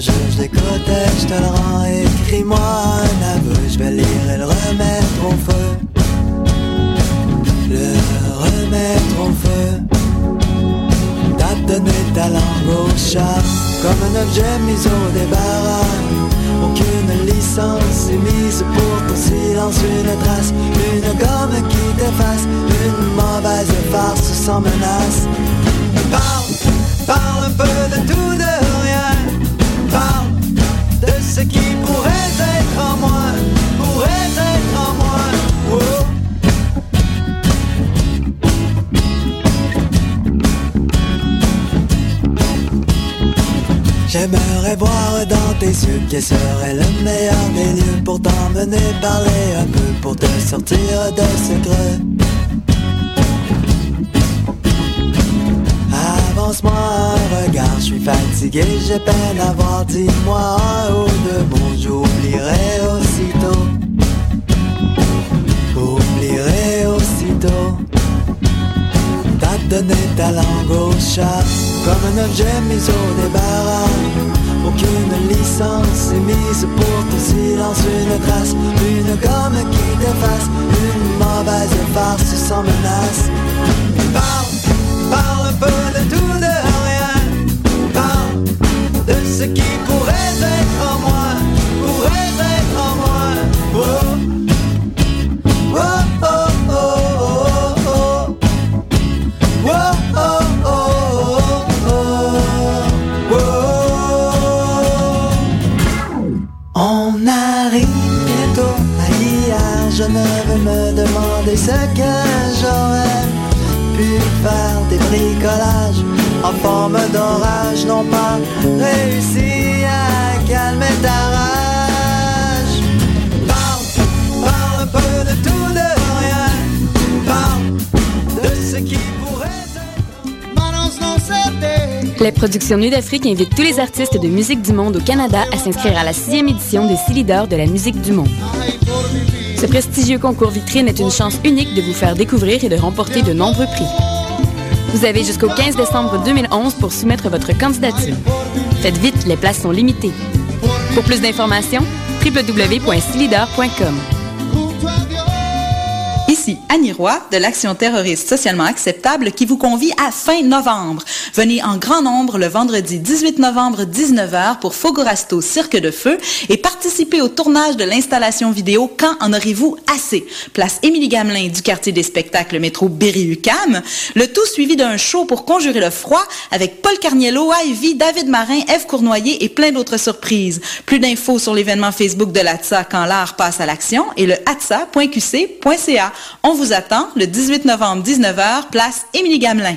juge des côtés, je te le rends. Écris-moi un aveu, je vais lire et le remettre au feu. Le remettre au feu. T'as donné ta langue au chat, comme un objet mis au débarras. Aucune licence émise pour ton silence, une trace, une gomme qui t'efface, une mauvaise farce sans menace. Parle, parle un peu de tout, de rien. Parle de ce qui pourrait être en moi, pourrait être en moi. Oh. J'aimerais voir dans tes yeux quel serait le meilleur des lieux pour t'emmener parler un peu, pour te sortir de ce creux. Avance-moi un regard, je suis fatigué, j'ai peine à voir, dis-moi un ou deux mots, j'oublierai aussitôt. Oublierai aussitôt. T'as donné ta langue au chat, comme un objet mis au débarras. Aucune licence est mise pour ton silence, une trace, une gomme qui t'efface, une mauvaise farce sans menace. Parle, parle un peu de tout, de rien, parle de ce qui pourrait être en moi, pourrait être en moi. Oh. Oh, oh, oh, oh, oh. Wow, oh, oh, oh, oh, wow. On arrive bientôt à hier, je ne veux me demander ce que j'aurais pu faire des bricolages en forme d'orage, n'ont pas réussi à calmer ta rage. Parle, parle un peu de tout, de rien, parle de ce qui pourrait être. Balance nos certitudes. Les productions Nuit d'Afrique invitent tous les artistes de musique du monde au Canada à s'inscrire à la sixième édition des Six leaders de la musique du monde. Ce prestigieux concours vitrine est une chance unique de vous faire découvrir et de remporter de nombreux prix. Vous avez jusqu'au 15 décembre 2011 pour soumettre votre candidature. Faites vite, les places sont limitées. Pour plus d'informations, www.sixleaders.com. Ici Annie Roy de l'Action terroriste socialement acceptable qui vous convie à fin novembre. Venez en grand nombre le vendredi 18 novembre 19h pour Fogorasto Cirque de Feu et participez au tournage de l'installation vidéo Quand en aurez-vous assez? Place Émilie Gamelin du quartier des spectacles métro Berry-UQAM. Le tout suivi d'un show pour conjurer le froid avec Paul Carniello, Ivy, David Marin, Eve Cournoyer et plein d'autres surprises. Plus d'infos sur l'événement Facebook de l'ATSA quand l'art passe à l'action et le atsa.qc.ca. On vous attend le 18 novembre 19h, place Émilie Gamelin.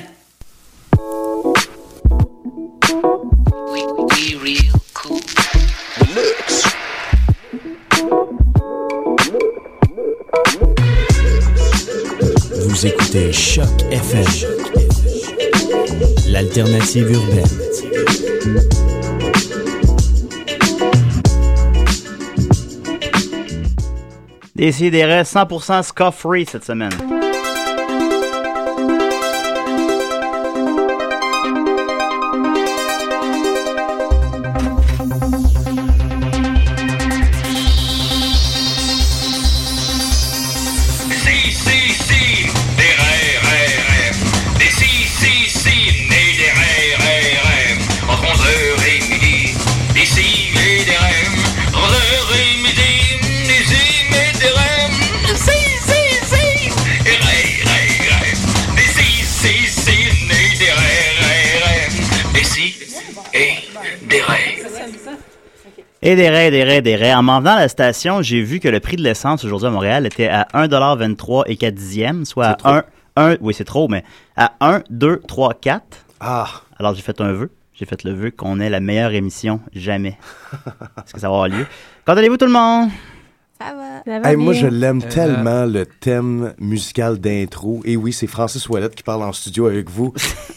Vous écoutez Choc É FM, l'alternative urbaine. Décidérez 100% scoff-free cette semaine. Si, si, si, des RRRM. Des si, si, si, nés des RRRM. Entre 11h et midi, des si et des REM. Entre 11h et midi, des si et des REM. Si, si, si, des RRRM. Des si, si, si, nés des RRRM. Des si et des RRRM. Et des raies, des raies, des raies. En m'en venant à la station, j'ai vu que le prix de l'essence aujourd'hui à Montréal était à 1,23 et 4 dixièmes, soit à 1, 1, oui c'est trop, mais à 1, 2, 3, 4. Ah, Alors j'ai fait un vœu. J'ai fait le vœu qu'on ait la meilleure émission jamais. Est-ce que ça va avoir lieu? Quand allez-vous tout le monde? Hey, moi, je Euh, l'aime tellement, le thème musical d'intro. Et oui, c'est Francis Ouellette qui parle en studio avec vous.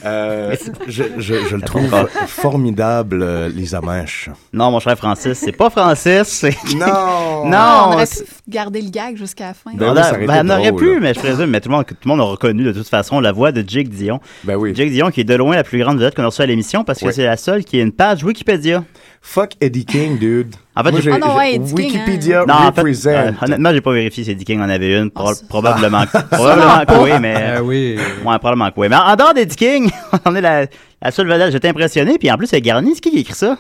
Euh, je, je- je le trouve formidable, euh, les amèches. Non, mon cher Francis, c'est pas Francis. c'est- Non! non, on aurait c'est- pu garder le gag jusqu'à la fin. Ben oui, ça aurait été ben, on aurait drôle, pu, là. mais je présume, mais tout le, monde, tout le monde a reconnu de toute façon la voix de Jake Dion. Ben oui. Jake Dion qui est de loin la plus grande vedette qu'on a reçue à l'émission parce que Oui. c'est la seule qui a une page Wikipédia. Fuck Eddie King, dude. En fait, Moi, j'ai- j'ai- Ah non, ouais, j'ai- Eddie King, Wikipedia hein. Non, en fait, represent. euh, honnêtement, j'ai pas vérifié si Eddie King en avait une. Pro- Ah, ça- probablement, que- probablement que oui, mais. Ah oui. Ouais, probablement que oui. Mais en en dehors d'Eddie King, on est la, la seule vedette. J'étais impressionné. Puis en plus, elle garnie. C'est qui qui a écrit ça?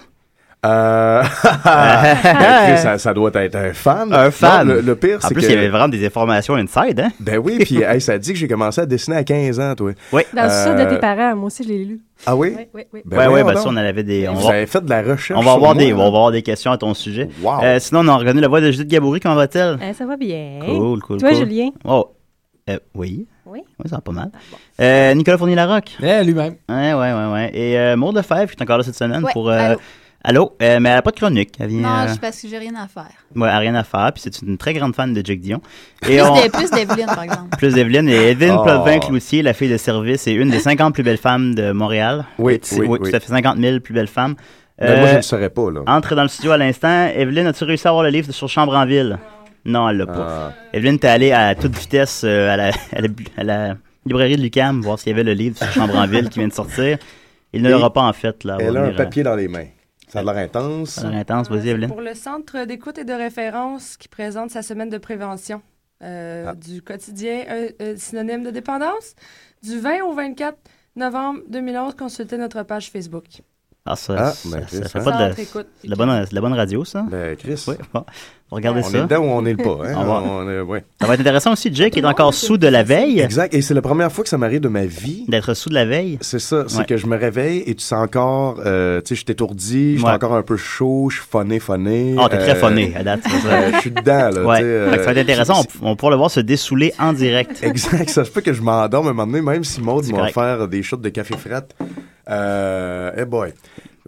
Euh, ben, Chris, ça, ça doit être un fan. Un fan. Ah, Non, le, le pire, En c'est plus, que... il y avait vraiment des informations inside, hein? Ben oui, puis hey, ça dit que j'ai commencé à dessiner à 15 ans, toi. Oui. Dans le sud de Euh, tes parents, moi aussi, je l'ai lu. Ah oui? Oui, oui, oui. Ben ouais, ouais, voyons ben donc. ça, on en avait des. On Vous va, avez fait de la recherche on va sur avoir moi, des, on là. va avoir des questions à ton sujet. Wow. Euh, sinon, on a reconnu la voix de Judith Gaboury. Comment va-t-elle? Euh, Eh, ça va bien. Cool, cool, Toi, cool. Julien. Oh. Euh, oui. Oui. Oui, ça va pas mal. Ah, Euh, Nicolas Fournier-Larocque. Eh, lui-même. Ouais, ouais, ouais, ouais. Et euh, Maud Lefebvre, qui est encore là cette semaine Ouais, pour. euh, allô. allô? Euh, mais elle n'a pas de chronique. Elle vient. Non, euh, je parce que j'ai rien à faire. ouais, elle a rien à faire. Puis c'est une très grande fan de Jack Dion. Plus Et on- de- plus d'Evelyne, par exemple. Plus d'Evelyne et Evelyne Oh. Plovin-Cloutier, la fille de service et une des 50 plus belles femmes de Montréal. Oui, Et tu- oui, oui. Tout à fait 50 000 plus belles femmes. Ben, moi, Euh, je ne le saurais pas, là. Entre dans le studio à l'instant. Evelyne, as-tu réussi à avoir le livre sur Chambre en ville? Non, elle l'a Ah. pas. Evelyne, t'es allée à toute vitesse euh, à, la, à la bu- à la librairie de Lucam voir s'il y avait le livre sur Chambre en ville qui vient de sortir. Il ne Et l'aura pas en fait. Là, Elle va a un venir, euh, papier dans les mains. Ça a l'air intense. ça a l'air intense, vas-y Evelyne. Pour le Centre d'écoute et de référence qui présente sa semaine de prévention Ah. euh, du quotidien euh, euh, synonyme de dépendance, du 20 au 24 novembre 2011, consultez notre page Facebook. Ah, ça, Ah, ça, ben, ça- c'est ça ça. fait pas de Centre écoute. de la, bonne, de la bonne radio, ça. Ben, Chris, Oui, bon. Regardez on ça. est dedans ou on n'est pas. Hein? On va- On est- ouais. Ça va être intéressant aussi. Jake est encore sous de la veille. Exact. Et c'est la première fois que ça m'arrive de ma vie. D'être sous de la veille. C'est ça, c'est Ouais. que je me réveille et tu sens encore, euh, tu sais, je suis étourdi, je suis Ouais. encore un peu chaud, je suis phoné, phoné. Ah, t'es très euh, phoné à date. c'est ça. euh, je suis dedans, là. Ouais. tu sais, euh, Fait que ça va être intéressant. On, on pourra le voir se dessouler en direct. Exact, ça se peut que je m'endorme à un moment donné, même si Maud C'est m'a correct. offert des shots de café frette. Euh, eh boy.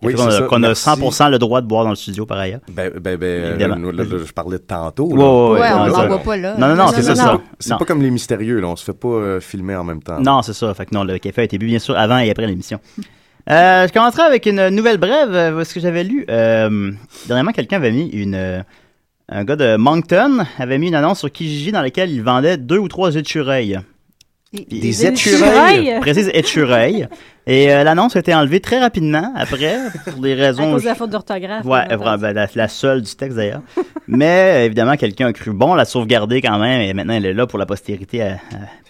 Et qu'on c'est a, ça, qu'on a merci. 100% le droit de boire dans le studio par ailleurs. Ben, ben, ben, Évidemment. euh, nous, là, là, je parlais de tantôt. Ouais, là. ouais, ouais, Ouais, on non, n'en ça- voit pas là. Non, non, non, c'est non, ça, non. ça. C'est Non. pas comme les mystérieux, là, on se fait pas euh, filmer en même temps. Non, c'est ça. Fait que non, le café a été bu, bien sûr, avant et après l'émission. Euh, je commencerai avec une nouvelle brève, euh, ce que j'avais lu. Euh, dernièrement, quelqu'un avait mis une... euh, un gars de Moncton avait mis une annonce sur Kijiji dans laquelle il vendait deux ou trois écureuils. Des- des Écureuil. Précise écureuil. Et euh, l'annonce a été enlevée très rapidement après, pour des À raisons cause de la faute d'orthographe. Ouais, on entend. vraiment, ben, la, la seule du texte d'ailleurs. Mais euh, évidemment, quelqu'un a cru bon la sauvegarder quand même, et maintenant elle est là pour la postérité à- à-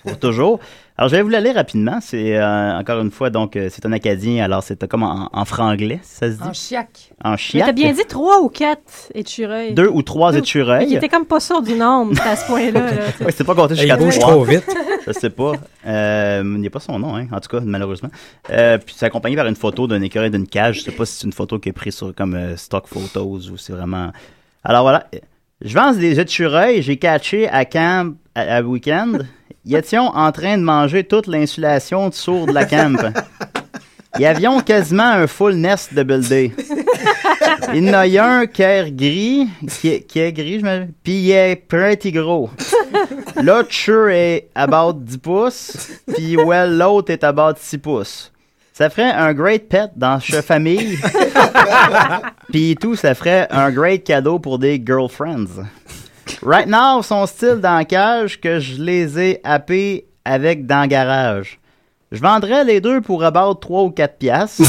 pour toujours. Alors je vais vous la lire rapidement. C'est euh, encore une fois, donc euh, c'est un Acadien, alors c'est euh, comme en, en franglais, si ça se En dit, chiac. en Mais t'as chiac. bien dit trois ou quatre écureuils. Deux ou trois Deux. Mais écureuils. t'étais comme pas sûr du nombre c'était à ce point-là. là, tu sais. Oui, c'est pas compté Eh, il jusqu'à bouge trois. trop vite. Je sais pas. Euh, il n'y a pas son nom, hein, en tout cas, malheureusement. Euh, puis c'est accompagné par une photo d'un écureuil d'une cage. Je sais pas si c'est une photo qui est prise sur comme euh, stock photos ou c'est vraiment. Alors voilà. Je vends des écureuils. J'ai catché à camp à, à week-end. Y étions en train de manger toute l'insulation de sourd de la camp. Y avions quasiment un full nest de buildé. Il y en a un qui est gris, qui est, qui est gris, je me puis il est pretty gros. L'autre sure est about 10 pouces, puis well, l'autre est about 6 pouces. Ça ferait un great pet dans chaque famille. puis tout, ça ferait un great cadeau pour des girlfriends. Right now, son style dans la cage que je les ai happés avec dans le garage. Je vendrais les deux pour about 3 ou 4 piastres.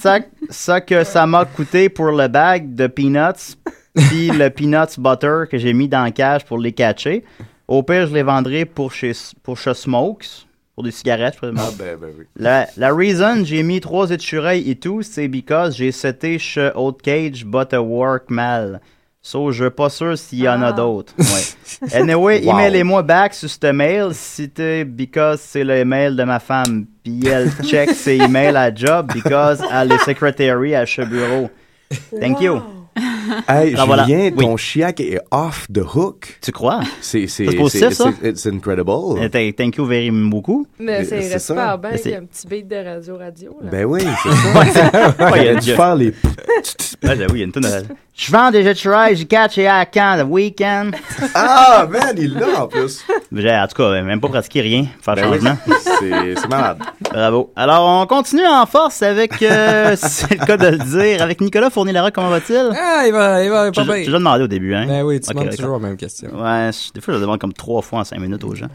ça, ça que ça m'a coûté pour le bag de peanuts, puis le peanuts butter que j'ai mis dans la cage pour les catcher. Au pire, je les vendrai pour chez, pour chez Smokes, pour des cigarettes. je Ah, pense. ben, ben oui. La, la reason j'ai mis trois écureuils et tout, c'est because j'ai sauté chez Old Cage but a work mal. So, je suis pas sûr s'il y en a d'autres. Ouais. Anyway, Wow. emailez-moi back sur ce mail si t'es because c'est le mail de ma femme. Puis elle check ses emails à job because elle est secretary à ce bureau. Thank you. Hey, Ah, voilà. Julien, Oui. ton chiac est off the hook. Tu crois? C'est c'est- C'est positif, c'est- ça? c'est- It's incredible. Eh, thank- Thank you very beaucoup. Mais Mais c'est c'est reste ça. super bien Mais qu'il y c'est- a un petit beat de radio-radio. là. Ben oui, c'est ça. Ouais, il y a- J'aurais il y dû a- faire les... Ouais, j'avoue, il y a une tonne de- Je vends des écureuils, j'ai catché à quand le week-end. Ah, man, il l'a en plus. J'ai, en tout cas, même pas pratiqué rien. Faire Ben oui, changement. c'est c'est malade. Bravo. Alors, on continue en force avec, euh, c'est le cas de le dire, avec Nicolas Fournier-Larocque. Comment va-t-il? Ah, il va, il va, il Je va l'ai bien. déjà demandé au début, hein? Ben oui, tu Ok, demandes d'accord. toujours la même question. Ouais, je- des fois, je le demande comme trois fois en cinq minutes aux gens.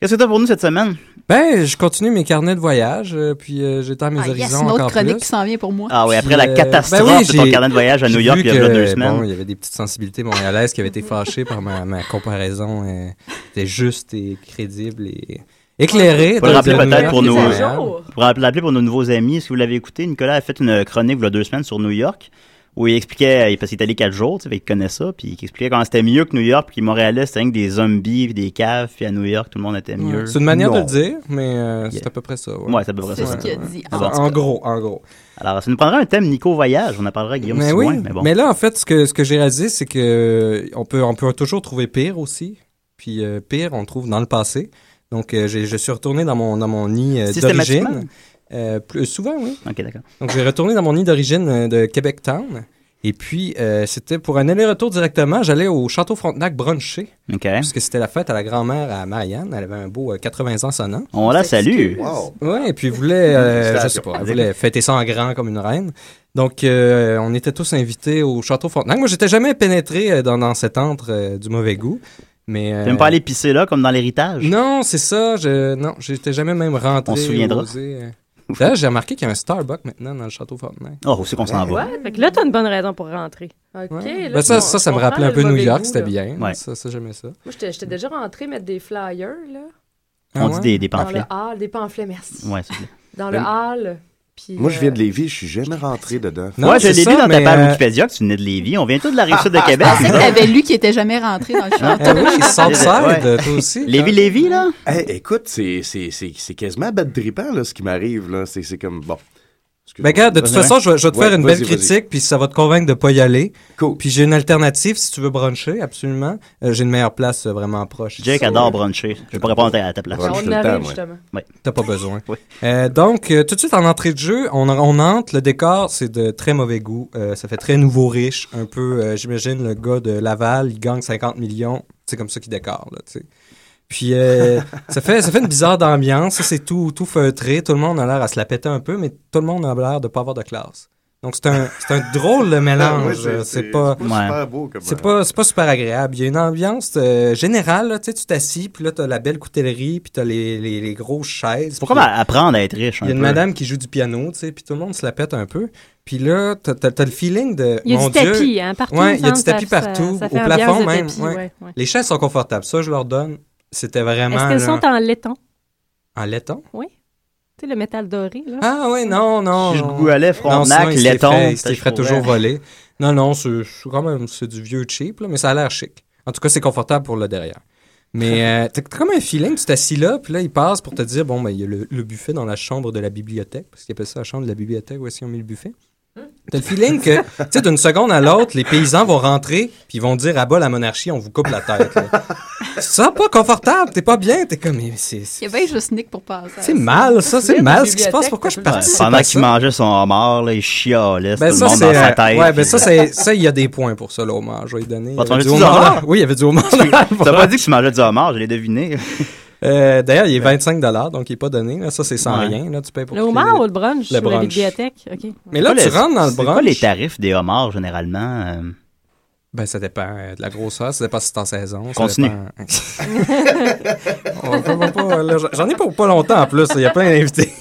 Qu'est-ce que t'as pour nous cette semaine? Ben, je continue mes carnets de voyage, euh, puis euh, j'étends mes Ah, yes, horizons une autre encore chronique plus. qui s'en vient pour moi. Ah oui, après Puis, la euh, catastrophe ben oui, de ton j'ai- carnet de voyage à j'ai New York vu il y a que, deux semaines. bon, il y avait des petites sensibilités montréalaises qui avaient été fâchées par ma, ma comparaison. euh, C'était juste et crédible et éclairée. Faut de- le rappeler de peut-être New pour York nous. et de euh, Montréal. Pour rapp- l'appeler pour nos nouveaux amis. Est-ce que vous l'avez écouté? Nicolas a fait une chronique il y a deux semaines sur New York où il expliquait, parce qu'il est allé quatre jours, tu sais, fait qu'il connaît ça, puis il expliquait comment c'était mieux que New York, puis Montréalais, c'était rien que des zombies, puis des caves, puis à New York, tout le monde était mieux. Ouais. C'est une manière de le dire, mais euh, c'est Yeah. à peu près ça. Ouais, c'est à peu près C'est ça. ce qu'il a dit, Ouais. en En tout cas. gros, en gros. Alors, ça nous prendra un thème Nico Voyage, on en parlera à Guillaume mais Sigouin, oui, mais bon. là, en fait, ce que, ce que j'ai réalisé, c'est que euh, on peut, on peut toujours trouver pire aussi. Puis euh, pire, on le trouve dans le passé. Donc, euh, j'ai- je suis retourné dans mon, dans mon nid euh, Systématiquement? d'origine. Euh, plus, souvent, oui. Ok, d'accord. Donc, j'ai retourné dans mon nid d'origine euh, de Québec Town. Et puis, euh, c'était pour un aller-retour directement. J'allais au Château Frontenac bruncher. OK. Parce que c'était la fête à la grand-mère à Marianne. Elle avait un beau euh, 80 ans sonnant. On la salue. Ouais, et puis elle voulait, euh, je sais Félicitations. pas, elle voulait fêter ça en grand comme une reine. Donc, euh, on était tous invités au Château Frontenac. Moi, j'étais jamais pénétré euh, dans, dans cet antre euh, du mauvais goût. Mais, Tu veux euh, me pas aller pisser là, comme dans l'héritage? Non, c'est ça. Je, non, j'étais jamais même rentré. On se souviendra. ou osé, euh. D'ailleurs, j'ai remarqué qu'il y a un Starbucks maintenant dans le Château Frontenac. Oh, où c'est qu'on s'en va? Fait que là, t'as une bonne raison pour rentrer. OK. Ouais. là, Ben ça, on- ça, ça on me rappelait un prend peu le New mauvais York, goût, c'était là. bien. Ouais. Ça, ça j'aimais ça. Moi, j'étais j'étais déjà rentrée mettre des flyers, là. Ah On dit des, des Dans pamphlets. le hall, des pamphlets, merci. Ouais, Ben, s'il vous plaît. Dans le Mais- hall. Puis, Moi, je euh, viens de Lévis, je suis jamais rentré dedans. Non, ouais, je c'est l'ai lu ça, dans ta mais, page euh, Wikipédia que tu venais de Lévis. On vient tous de la rive sud de Québec. Je pensais que t'avais lu qu'il était jamais rentré dans Ah, le Hein? château. oui, Southside, Ouais. toi aussi. Lévis, Lévis, là? Hey, écoute, c'est, c'est, c'est, c'est quasiment bad drippant, là, ce qui m'arrive, là. C'est, c'est comme, bon. Excuse-moi. Ben, regarde, de toute Vas-y, façon, je vais, je vais te Ouais, faire une vas-y, belle vas-y. critique, puis ça va te convaincre de pas y aller. Cool. Puis j'ai une alternative si tu veux bruncher, absolument. Euh, j'ai une meilleure place euh, vraiment proche. Jake Ça, adore bruncher. Je vais pas répondre à ta place. Ouais. on tout le arrive, temps, moi. justement. T'as pas besoin. Oui. Euh, donc, euh, tout de suite en entrée de jeu, on, on entre. Le décor, c'est de très mauvais goût. Euh, ça fait très nouveau riche, un peu. euh, J'imagine le gars de Laval, il gagne 50 millions. C'est comme ça qu'il décore, là, tu sais. Puis euh, ça fait ça fait une bizarre d'ambiance. C'est tout tout feutré. Tout le monde a l'air à se la péter un peu, mais tout le monde a l'air de pas avoir de classe. Donc c'est un c'est un drôle de mélange. Ouais, euh, c'est pas c'est Ouais. super beau comme C'est pas, c'est pas super agréable. Il y a une ambiance euh, générale. Là, tu sais, tu t'assis, puis là, t'as la belle coutellerie, puis t'as les, les, les grosses chaises. Pourquoi puis- apprendre à être riche? un Il y a une peu? madame qui joue du piano, tu sais, puis tout le monde se la pète un peu. Puis là, t'as t'as- t'as le feeling de. Il y a mon du Dieu, tapis, hein, partout. Ouais, me il y a du semble, ça- tapis ça- partout, ça au fait ambiance de plafond même, tapis, ouais. ouais. Les chaises sont confortables. Ça, je leur donne. C'était vraiment. Est-ce qu'elles là, sont en laiton? en laiton? Tu sais, le métal doré, là. Ah ouais, non, non. Si je non. googlais Frontenac, sinon, il se les laiton, ferait- il se peut-être les ferait je toujours pourrais. voler. Non, non, c'est c'est quand même c'est du vieux cheap, là, mais ça a l'air chic. En tout cas, c'est confortable pour le derrière. Mais euh, t'as t'as comme un feeling, tu t'assis là, puis là, il passe pour te dire, bon, ben, il y a le, le buffet dans la chambre de la bibliothèque, parce qu'il appelle ça la chambre de la bibliothèque, où est-ce qu'ils ont mis le buffet. T'as le feeling que, tu sais, d'une seconde à l'autre, les paysans vont rentrer, puis ils vont dire, à bas la monarchie, on vous coupe la tête. là. tu te sens pas confortable, t'es pas bien, t'es comme, mais c'est... Il y c'est- avait juste Nick pour passer. C'est mal, ça, c'est La mal ce qui se passe. bibliothèque, Pourquoi je t'as Ouais, participe pendant à ça? qu'il mangeait son homard, là, il chialait, Ben, tout ça, le monde c'est, dans sa euh, tête. Ouais, ben ça, c'est, ça, il y a des points pour ça, l'hommage. Je vais lui donner. Bah, tu Il y avait manges du homard? Oui, il y avait du homard. dans le T'as plat. pas dit que tu mangeais du homard, je l'ai deviné. ben. Euh, d'ailleurs, il est 25 donc il n'est pas donné. là. Ça, c'est sans Ouais. rien. Là, tu payes pour Le toutes les- homard ou le brunch? le ou la brunch. bibliothèque? OK. Mais là, Quoi, tu les- rentres dans le C'est quoi brunch. les tarifs des homards, généralement? euh? Ben, ça dépend euh, de la grosseur, ça dépend si c'est en saison. ça Continue. dépend- On va- on va pas- là, J'en ai pour pas longtemps en plus. Il y a plein d'invités.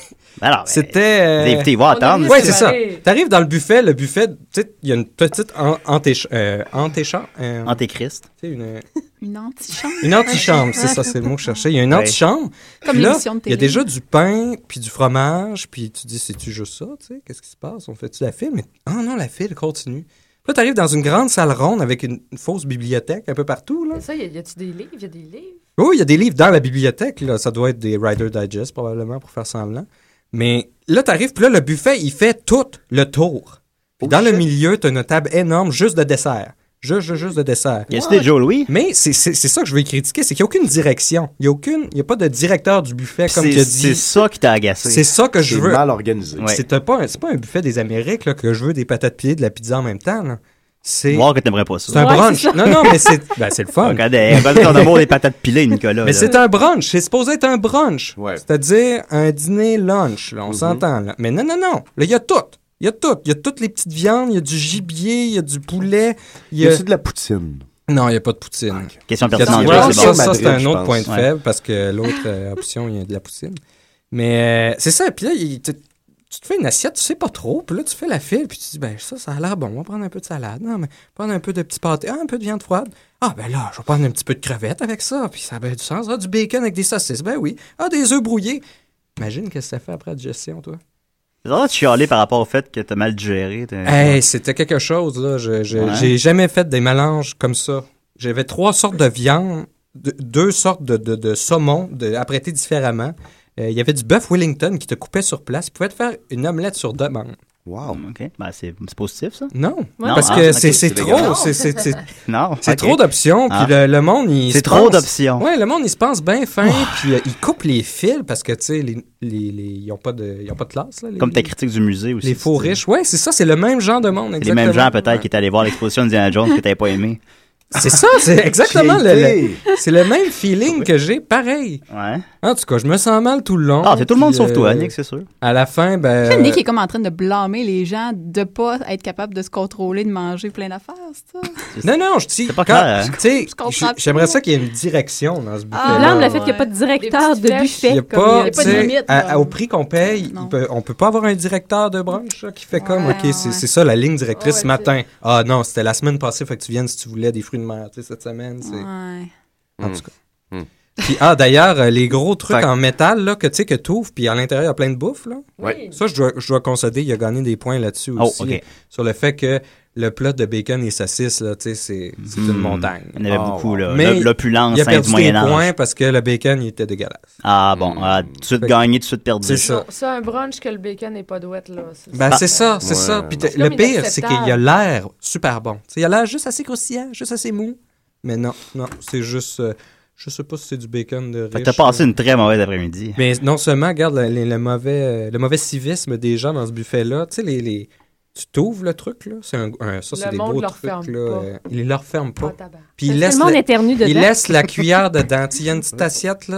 Alors, ben, C'était. euh, les invités, ils vont attendre. Ouais, c'est ça. Séparé. T'arrives dans le buffet, le buffet, tu sais, il y a une petite an- antéch- euh, antéchambre. euh, Antéchrist. tu sais, une- Une antichambre. Une antichambre, c'est ça, c'est le mot que je cherchais. Il y a une Ouais. antichambre. Comme puis là, l'émission de il y a télé. déjà du pain, puis du fromage, puis tu dis, c'est-tu juste ça, tu sais? Qu'est-ce qui se passe? On fait-tu la file? Mais, ah non, la file continue. Puis là, t'arrives dans une grande salle ronde avec une, une fausse bibliothèque un peu partout, là. Mais Ça, y a- y a-tu des livres? Y a des livres? Oh, il y a des livres dans la bibliothèque, là. Ça doit être des Rider Digest, probablement, pour faire semblant. Mais là, t'arrives, puis là, le buffet, il fait tout le tour. Oh, Puis dans le milieu, t'as une table énorme juste de dessert. Juste, juste, juste de dessert. Y a-tu des Joe Louis? Mais c'est c'est- c'est ça que je veux critiquer, c'est qu'il n'y a aucune direction. Il n'y a, aucune- il y a pas de directeur du buffet, comme tu C'est as c'est dit. ça qui t'a C'est agacé. ça que je C'est veux. mal organisé. Ouais. C'est un- pas, un- c'est pas un buffet des Amériques là, que je veux des patates pilées, de la pizza en même temps. là. C'est Voir que t'aimerais pas ça. c'est un Ouais, brunch. c'est ça. Non, non, mais c'est ben, c'est le fun. Regardez, bonne tour d'amour des patates pilées, Nicolas. Mais Ben là. c'est un brunch. C'est supposé être un brunch. Ouais. C'est-à-dire un dîner-lunch. là, On s'entend. là. Mais non, non, non. Là, il y a tout. Il y a tout. Il y a toutes les petites viandes. Il y a du gibier. Il y a du poulet. Il Y y a- a-tu de la poutine? Non, il n'y a pas de poutine. Question Il y a de- pertinente, Ouais, c'est ça, bon. ça, Madrid, c'est un je autre pense. point de Ouais. faible parce que l'autre euh, option, il y a de la poutine. Mais euh, c'est ça. Puis là, il te- tu te fais une assiette, tu sais pas trop. Puis là, tu fais la file. Puis tu dis, ben ça, ça a l'air bon. On va prendre un peu de salade. Non, mais prendre un peu de petit pâté. Ah, un peu de viande froide. Ah, ben là, je vais prendre un petit peu de crevettes avec ça. Puis ça a bien du sens. Ah, du bacon avec des saucisses. Ben oui. Ah, des œufs brouillés. Imagine qu'est-ce que ça fait après la digestion, toi. C'est vrai de chialer par rapport au fait que t'as mal digéré. t'es- Hey, c'était quelque chose, là. Je- je- Euh, Ouais. J'ai jamais fait des mélanges comme ça. J'avais trois sortes de viande, de- deux sortes de, de, de saumon de, apprêtés différemment. Euh, Il y avait du bœuf Wellington qui te coupait sur place. Tu pouvais te faire une omelette sur demande. Wow. OK. Ben, c'est c'est positif, ça? Non. Non, Parce ah, que ok, c'est c'est légal. trop. c'est- c'est- c'est- Non. C'est ok. trop d'options. Puis Ah. le, le monde, il. C'est se trop pense- d'options. Ouais, le monde, il se pense bien fin. Puis euh, il coupe les fils parce que, tu sais, les- les- les- ils n'ont pas, de- ils ont pas de classe. Là, les- Comme ta critique du musée aussi. Les faux c'est- riches. Ouais, c'est ça. C'est le même genre de monde. C'est les mêmes exactement. gens, peut-être, qui étaient allés voir l'exposition d'Indiana Jones que t'avais pas aimé. C'est ça, c'est exactement le, J'ai le- été. c'est le même feeling que j'ai, pareil. En tout cas, je me sens mal tout le long. Ah, c'est tout le monde puis, sauf toi, euh, Nick, c'est sûr. À la fin, ben. Nick est comme en train de blâmer les gens de pas être capable de se contrôler, de manger plein d'affaires, c'est ça? Non, non, je dis. C'est pas quand- clair, hein? tu sais, Je comprends j'ai- pas. J'aimerais ça qu'il y ait une direction dans ce bouquet. Il blâme Ah, Ah, le fait qu'il n'y a pas de directeur Des de petites buffet. Il n'y a comme pas, tu de sais, limite, à- là. à- au prix qu'on paye, il peut- on peut pas avoir un directeur de branche là, qui fait comme, Ouais, OK, c'est c'est ça la ligne directrice ce matin. Ah non, c'était la semaine passée, faut que tu viennes si tu voulais des fruits de mer, tu sais, cette semaine. c'est... Ouais. En tout cas. Hmm. Puis, ah, d'ailleurs, euh, les gros trucs Fait que- en métal là, que tu sais, que t'ouvres, puis à l'intérieur, il y a plein de bouffe. Là. Oui. Ça, je dois, je dois concéder, il a gagné des points là-dessus Oh, aussi. ok. euh, Sur le fait que le plat de bacon et saucisses, là, tu sais, c'est c'est une Hmm. montagne. Il y en avait Ah, beaucoup, là. Mais L'op- l'opulence, Il a hein, perdu du des Moyen Âge. points parce que le bacon, il était dégueulasse. Ah, bon. Hmm. ah, tout de suite Fait que- gagné, tout de suite perdu. C'est ça. C'est un brunch que le bacon n'est pas douette, là. Ben, c'est ça, c'est Ouais, ça. non. Puis t'as- C'est le comme pire, c'est qu'il y a inacceptable. l'air super bon. Tu sais, il y a l'air Ah, juste assez croustillant, juste assez mou. Mais non, non, c'est juste. euh, je sais pas si c'est du bacon de riche. Fait que t'as passé une très mauvaise après-midi. Mais non seulement, regarde le, le- le mauvais, euh, le mauvais civisme des gens dans ce buffet-là. Tu sais, les, les- tu t'ouvres le truc, là. C'est un, un- ça, Le c'est des monde beaux leur trucs, là. ferme pas. euh, Ils leur ferment pas. Puis Ah, Parce ils que laissent, le monde la, éternue ils dedans. laissent la cuillère dedans. Tu sais, Il y a une petite assiette, là.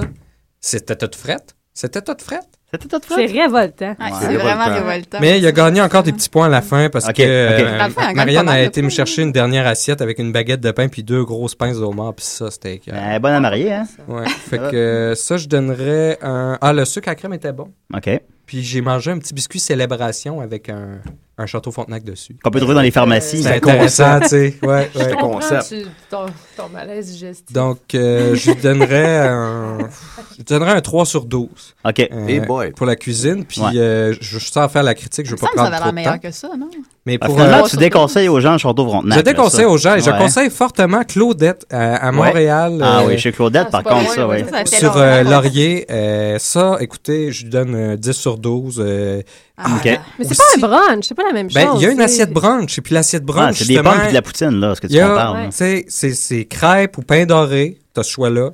C'était toute frette. C'était toute frette. C'était toute C'est révoltant. Ouais, c'est c'est vraiment révoltant. révoltant. Mais il a gagné encore des petits points à la fin parce Ok, que ok. euh, À la fin, elle gagne Marianne pas mal a de été me points. chercher une dernière assiette avec une baguette de pain puis deux grosses pinces au mort. Puis ça, c'était... écœurant. Ben, bonne à marier, hein? Ouais. Fait que euh, ça, je donnerais un... Ah, le sucre à crème était bon. OK. Puis j'ai mangé un petit biscuit célébration avec un, un château Frontenac dessus. Qu'on peut trouver dans les pharmacies. C'est intéressant, ah, tu sais. Ouais, Je ouais. comprends concept. tu- ton, ton malaise digestif. Donc, euh, je lui donnerais un, je lui donnerais un 3 sur 12 OK. euh, Hey boy. pour la cuisine. Puis, Ouais. euh, je je suis sans faire la critique, je Il me ne veux pas semble que ça prendre avait trop l'air de meilleur temps. que ça, non? Mais Ah, pour, euh, finalement, tu déconseilles aux gens château Frontenac. je là, déconseille ça. aux gens, et je Ouais. conseille fortement Claudette euh, à Montréal. Ah euh, oui, chez Claudette, Ah, par c'est pas contre, loin, ça, oui. ouais. Ça, c'était Sur long, euh, hein. long. Laurier, euh, ça, écoutez, je lui donne euh, 10 sur 12. euh, Ah, OK. Mais c'est pas un brunch, c'est pas la même chose. ben, il y a une c'est- assiette brunch, et puis l'assiette brunch, Ah, c'est des pommes et de la poutine, là, ce que tu Il y a, compares. là. tu sais, c'est- c'est crêpes ou pain doré, t'as ce choix-là.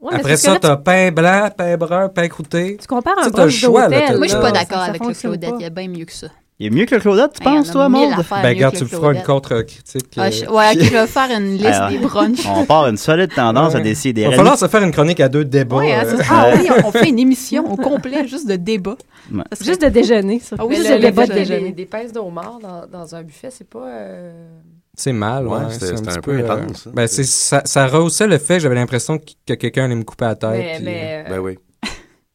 Ouais, mais Après c'est parce ça, que là, t'as pain blanc, pain brun, pain croûté. tu, tu compares un t'as le brunch choix, là, d'hôtel. t'as- Moi, je suis Ça, pas d'accord ça avec le fonctionne Claudette. pas. Il y a bien mieux que ça. Il est mieux que le Claudette, tu penses, toi, Maud? Ben, regarde, tu me feras une contre-critique. euh, Ah, Ouais, ok, Ah, je vais faire une liste Ah, des brunchs. On part une solide tendance à Ouais. décider. va falloir se faire une chronique à deux débats. Ouais, hein, euh, ça- ah oui, on, on fait une émission au complet juste de débat. Ouais. Ça serait- Juste de déjeuner, ça. Ah oui, Mais juste le- de le débat fait de qu'il y ait déjeuner. Des, des pinces d'homard dans, dans un buffet, c'est pas... euh, C'est mal, ouais. Ouais, c'était- c'est un, c'était petit un peu euh, intense, hein. ben, c'est- ça, ça rehaussait le fait que j'avais l'impression que, que quelqu'un allait me couper la tête. mais puis- mais, euh, Ben oui.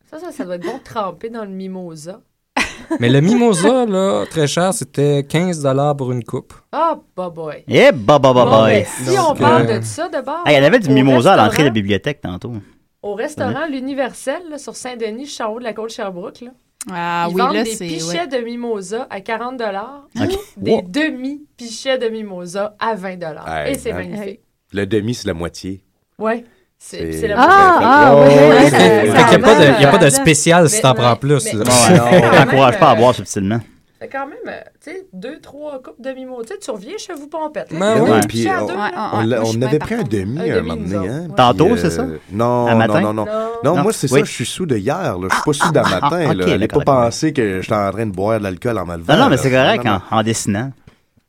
ça, ça, ça doit être bon de tremper dans le mimosa. Mais le mimosa, là, très cher, c'était 15 pour une coupe. Ah, bah boy. Eh, bah, bah, bah, Bon, bah. ben, hey. si on Donc, parle euh, de ça de bord, Ah, Il y en avait du au mimosa à l'entrée de la restaurant- bibliothèque tantôt. Au restaurant L'Universel, là, sur Saint-Denis, je suis en haut de la côte Sherbrooke, là, Ah ils oui, vendent là, des c'est. pichets ouais. de mimosa à 40 OK. des Wow. demi-pichets de mimosa à 20 Hey, Et c'est hein. magnifique. Le demi, c'est la moitié. Ouais. C'est C'est- c'est le Ah, ah, Ouais, oui, ouais, oui, ouais, ça- ouais. Oh, Fait ça qu'il n'y a, pas de- il y a pas de avance. spécial si Mais- t'en prends mais- plus. mais- là. Ouais, Ouais, non, on ouais. t'encourage pas à boire subtilement. Fait quand même, euh, tu sais, deux, trois coupes de mimosa. Tu sais, Tu reviens chez vous, pompette. Ben Là, ouais. ouais. Puis, Puis, on- deux, Ouais, là. ouais, On, ouais, moi, l'a- je on suis bien avait par pris un contre. demi Un un, demi, moment donné. nous Hein, autres, Tantôt, puis, c'est ça? Non, À non, matin? non, non. Non. Non, Non, moi, c'est oui. ça, je suis sous de hier. Là. Je suis pas sous de ah, matin. ah, là. ok, Allez pas d'accord, d'accord. penser que j'étais en train de boire de l'alcool en m'enlevant. Non, non, mais là. c'est correct Non, non, en, en dessinant. Ah.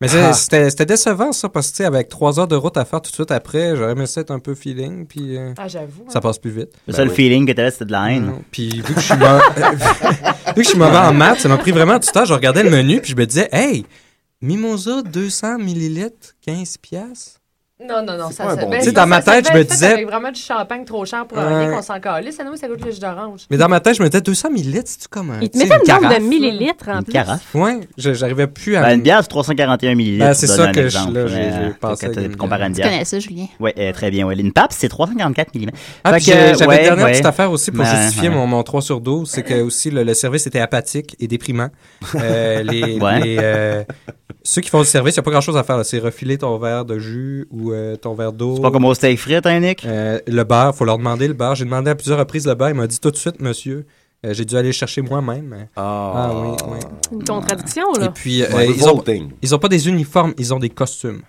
Mais c'est- c'était c'était décevant, ça, parce que, tu sais, avec trois heures de route à faire tout de suite après, j'aurais aimé ça être un peu feeling, puis euh, Ah, j'avoue. ça hein. passe plus vite. Ben Le seul feeling que t'avais, c'était de la haine. Non. Puis vu que je suis mau- vu que je suis mauvais en maths, ça m'a pris vraiment du temps. Je regardais le menu, puis je me disais, hey, mimosa 200 millilitres, 15 piastres. Non, non, non. C'est Ça, pas un ça- bon ben, deal. ça- Dans ma ça- ça tête, je devait me être fait disais- Avec vraiment du champagne trop cher pour rien Ouais. qu'on s'en calisse. Ah non, ça goûte le jus d'orange. Mais dans ma tête, je me disais 200 millilitres, c'est-tu comme un. Il te tu sais, mettait une le nombre de carafe, là? millilitres, en Une plus. carafe? Ouais, je- j'arrivais plus à. Ben, une bière, c'est 341 millilitres. Ben, c'est pour ça donner un que je- exemple, là, j'ai- mais, j'ai euh, pensé quand à t'as- une- comparé à une Tu bière. connais ça, Julien? Oui, très bien. ouais. Une pape, c'est 344 millimètres. Ah, Fait puis que, j'ai- j'avais ouais, une dernière ouais. petite affaire aussi pour Ouais, justifier ouais. Mon, mon 3 sur 12, c'est que aussi le, le service était apathique et déprimant. Euh, les, Ouais. les, euh, ceux qui font le service, il n'y a pas grand-chose à faire. là. C'est refiler ton verre de jus ou euh, ton verre d'eau. C'est pas comme au steak frites, hein, Nick? Euh, le beurre, faut leur demander le beurre. J'ai demandé à plusieurs reprises le beurre. Il m'a dit tout de suite, monsieur. Euh, j'ai dû aller le chercher moi-même. Ah oui, oui. Une contradiction, là. Et puis, euh, Ouais, ils, ont, revolting. ils ont pas des uniformes, ils ont des costumes.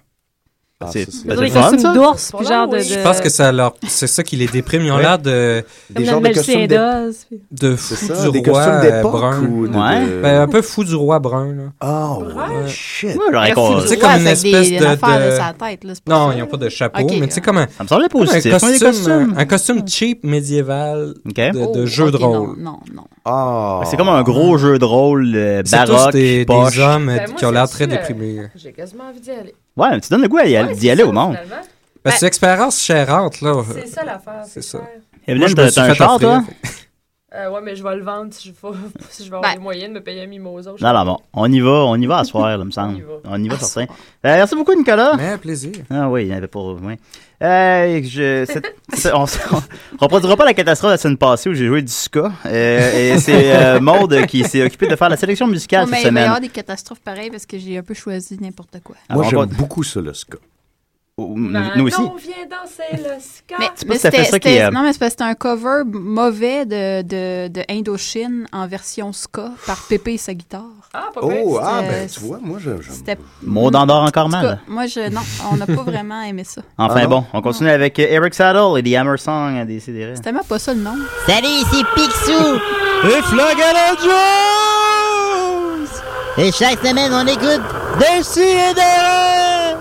Ah, C'est- ça, c'est- Ils ont des costumes d'ours, puis genre de. Je pense que ça leur... c'est ça qui les déprime. Ils ont Ouais. l'air de. Comme Des dans genres le de costumes d'ép- Melchisédose, puis- De C'est fous ça, du des roi costumes euh, d'époque brun. ou de- de- Ben, un peu fou du roi brun. Là. Ah, ouais. Shit. Ouais, j'aurais con- du C'est roi, comme une ça fait des- espèce des de. affaires de de- sa tête, là, c'est pour Non, ça, ils n'ont là. pas de chapeau, Ok, mais tu sais, comme un. Ça me semblait comme un positif, moi, les costume, costumes. Un costume cheap médiéval de, de jeu de rôle. Oh, Non, non. Ah. C'est comme un gros jeu de rôle euh, Oh. C'est tous baroque, des- des poche. hommes, Ben, moi, c'est dessus, euh, J'ai quasiment envie d'y aller. Ouais, mais tu donnes le goût à y aller- Ouais, d'y c'est aller ça, au monde. finalement. Ben, c'est une expérience chérante, là. C'est ça l'affaire. C'est ça. Evelyne, Moi, je me t'as- suis t'as un fait char, offrir, toi? Euh, ouais, mais je vais le vendre si je vais, si je vais avoir les moyens de me payer un mimosa. je sais Non, non, pas. bon. On y va, on y va à soir, là, me semble. On y va, certain. Euh, merci beaucoup, Nicolas. Mais plaisir. Ah oui, il n'y avait pas. oui. Euh, je, c'est- c'est- on ne reproduira pas la catastrophe de la semaine passée où j'ai joué du ska. Euh, et c'est euh, Maude qui s'est occupé de faire la sélection musicale Oh, mais il cette va y semaine. avoir des catastrophes pareilles parce que j'ai un peu choisi n'importe quoi. Alors, Moi, j'aime on- beaucoup ça, le ska. nous, Ben, nous aussi. non. Viens danser le ska. Mais, sais pas mais si ça fait c'était- ça qui, c'était- euh, Non, mais c'est parce que c'était un cover mauvais de, de, de Indochine en version ska par Pépé et sa guitare. Ah, Oh, ah, ben, tu vois, moi, je- j'aime. C'était... Maude en dort encore En tout mal. cas, moi, je... Non, on n'a pas vraiment aimé ça. Enfin Ah non? bon, on continue avec euh, Eric Saddle et The Hammer Song à décider. C'est tellement pas ça le nom. Salut, ici Picsou et Flagala Jones. Et chaque semaine, on écoute Dessus et derrière.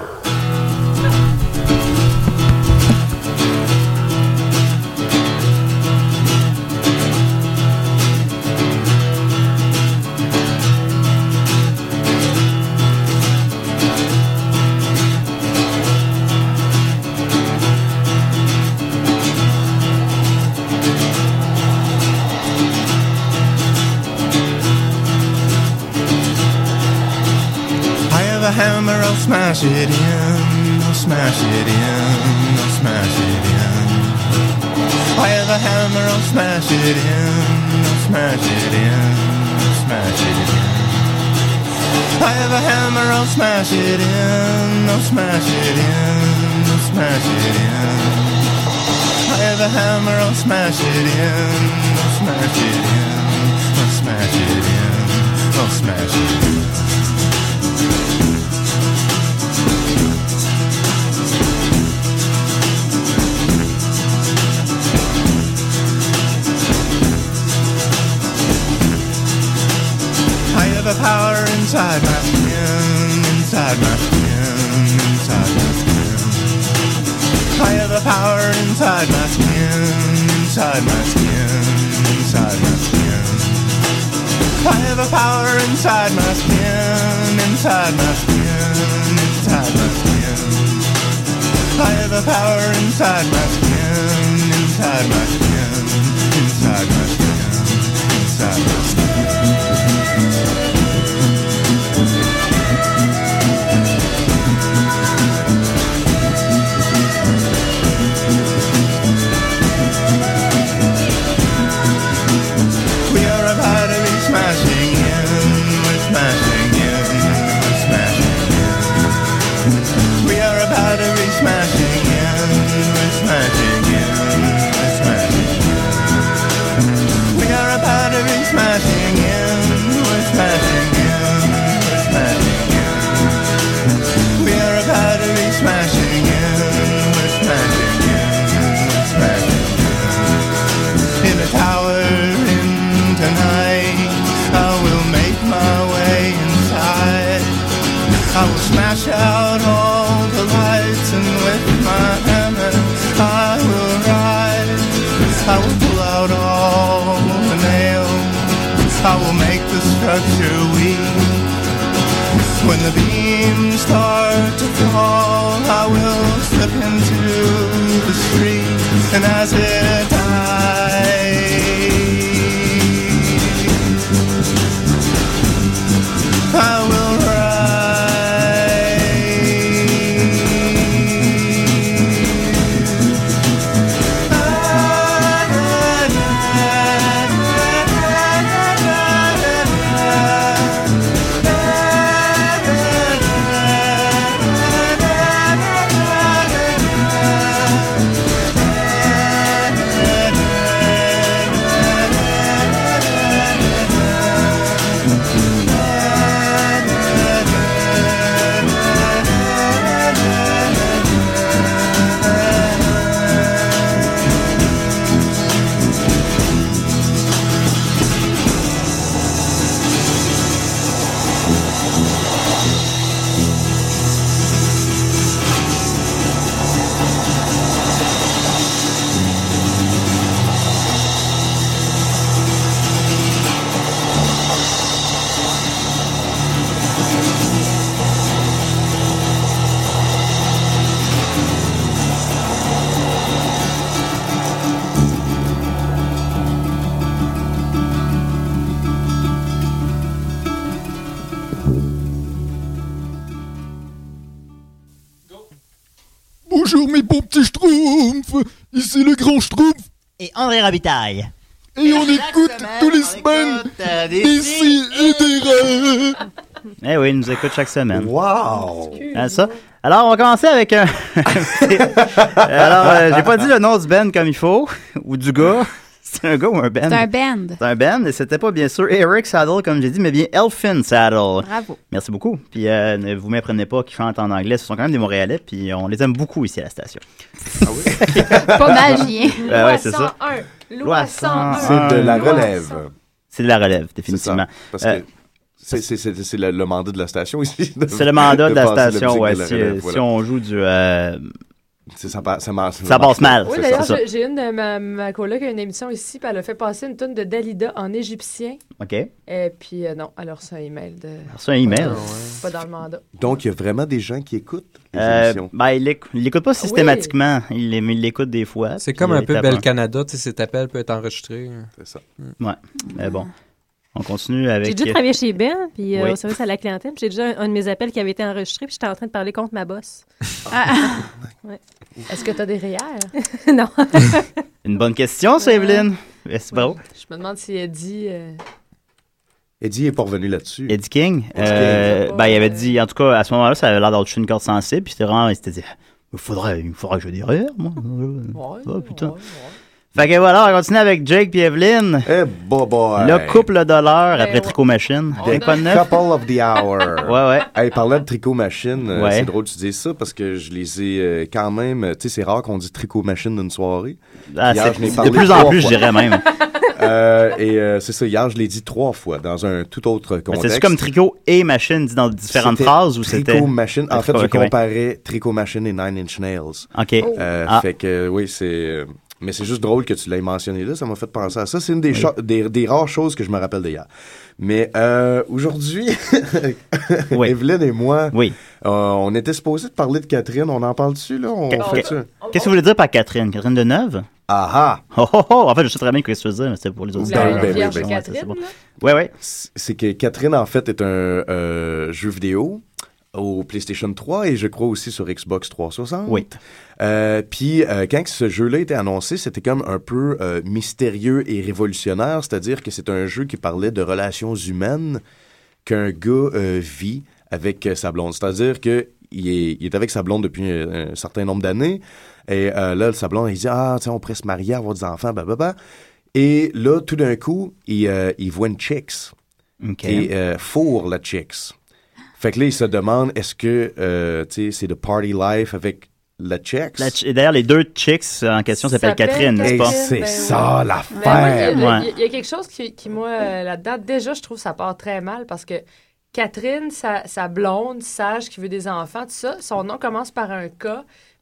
I have a hammer, I'll smash it in, I'll smash it in, I'll smash it in. I have a hammer, I'll smash it in, I'll smash it in, I'll smash it in. I have a hammer, I'll smash it in, I'll smash it in, I'll smash it in. I have a hammer, I'll smash it in, I'll smash it in, I'll smash it in, I'll smash it in. I have a power inside my skin, inside my skin, inside my skin. I have a power inside my skin, inside my skin, inside my skin. I have a power inside my skin, inside my skin, inside my skin. I have a power inside my skin, inside my skin, inside my skin, inside my skin. We are about to be smashing in, we're smashing in, we're smashing in. We are about to be smashing in, we're smashing in, we're smashing in. We are about to be smashing in, we're smashing in, we're smashing in. We are about to be smashing in, we're smashing in, we're smashing in in a tower in tonight. I will make my way inside. I will smash out all the lights, and with my hammer I will rise. I will pull out all the nails. I will make the structure weak. When the beams start to fall, I will slip into the street, and as it dies, I will Bonjour mes beaux petits schtroumpfs, ici le grand schtroumpf. Et André Robitaille. Et on écoute tous les semaines euh, des ici et des rêves. Eh oui, il nous écoute chaque semaine. Wow! Ah, ça. Alors, on va commencer avec un. Alors, euh, j'ai pas dit le nom du band comme il faut, ou du gars. C'est un gars ou un band? C'est un band. C'est un band, et c'était pas bien sûr Eric Saddle, comme j'ai dit, mais bien Elfin Saddle. Bravo. Merci beaucoup. Puis, euh, ne vous méprenez pas qu'ils chantent en anglais. Ce sont quand même des Montréalais, puis on les aime beaucoup ici à la station. Ah Pas magien. Ah, Ben ouais, c'est ça. 101. Loi Loi 101. 101. C'est de la Loi relève. C'est de la relève, définitivement. Parce Euh, que c'est- c'est c'est- c'est le, le mandat de la station ici. de- C'est le mandat de la passer station, musique ouais. de la Si, relève, si voilà. on joue du. euh, C'est- Ça, pa- ça, marche- Ça passe mal. Oui, C'est d'ailleurs, ça. j'ai j'ai une de ma, ma coloc a une émission ici, puis elle a fait passer une tonne de Dalida en égyptien. OK. Et puis, euh, non, alors c'est un email de. reçu un email. Pas dans- Ah, Pas dans le mandat. Donc, il y a vraiment des gens qui écoutent les Euh, émissions. ben, il l'éc- il l'écoute pas systématiquement. Il l'é- mais il l'écoute des hein? fois. C'est puis comme il un peu tape Bel Canada, tu sais, cet appel peut être enregistré. Mm. C'est ça. Ouais. Mais bon. On continue avec. J'ai déjà travaillé chez Ben, puis euh, Oui. au service à la clientèle. puis J'ai déjà un, un de mes appels qui avait été enregistré, puis j'étais en train de parler contre ma boss. Ouais. Est-ce que t'as des REER? non. Une bonne question, ça, Evelyne. Eh, C'est bravo. Je me demande si elle dit. euh, Eddie est pas revenu là-dessus. Eddie King. euh, ben, il avait dit, en tout cas, à ce moment-là, ça avait l'air d'avoir touché une corde sensible, puis c'était vraiment, il s'était dit, il faudrait, il faudrait que je dise rire, moi. Ah, putain. Fait que voilà, on continue avec Jake puis Evelyn. Eh, boy. Le couple de l'heure après Ben ouais. Tricot Machine. The T'es pas de neuf? couple of the hour. Ouais, ouais. Hey, parlant de tricot machine, euh, Ouais. c'est drôle que tu dises ça parce que je les ai euh, quand même. euh, Tu sais, c'est rare qu'on dit tricot machine d'une soirée. Ah, Hier, c'est- je n'ai de parlé plus en trois plus, je fois. dirais même. Euh, et euh, c'est ça, hier, je l'ai dit trois fois dans un tout autre Ben, contexte. C'est-tu comme Tricot et Machine dit dans différentes C'était phrases ou c'était. Tricot Machine. En fait, je Ok, ouais. comparais Tricot Machine et Nine Inch Nails. OK. Euh, Ah. Fait que, euh, oui, c'est. euh, Mais c'est juste drôle que tu l'aies mentionné là, ça m'a fait penser à ça. C'est une des, cho- des, des rares choses que je me rappelle d'hier. Mais euh, aujourd'hui, Evelyne et moi, euh, on était supposés de parler de Catherine. On en parle dessus, là? On Ca- fait ca- ça? Qu'est-ce que vous voulez dire par Catherine? Catherine de Neuve? Ah ah! Oh, oh, oh. En fait, je sais très bien ce que tu veux dire, mais c'était pour les autres. Ben oui, ben oui, ben oui. Ouais, ouais. C'est que Catherine, en fait, est un euh, jeu vidéo au PlayStation 3 et je crois aussi sur Xbox 360. Oui. Euh, Puis euh, quand ce jeu-là était annoncé, c'était comme un peu euh, mystérieux et révolutionnaire, c'est-à-dire que c'est un jeu qui parlait de relations humaines qu'un gars euh, vit avec euh, sa blonde. C'est-à-dire que il est, il est avec sa blonde depuis euh, un certain nombre d'années. Et euh, là, sa blonde, il dit Ah, tiens, on pourrait se marier, avoir des enfants, blablabla. Et là, tout d'un coup, il, euh, il voit une chicks. Et euh, fourre la chicks. Fait que là, il se demande Est-ce que euh, tu sais, c'est de party life avec la chicks La ch- et D'ailleurs, les deux chicks euh, en question s'appellent Catherine, n'est-ce Et pas? c'est ben ça oui. l'affaire. Ben moi, il, y a- Ouais. il y a quelque chose qui, qui, moi, euh, là-dedans, déjà, je trouve ça part très mal parce que Catherine, sa, sa blonde, sage, qui veut des enfants, tout ça, son nom commence par un K.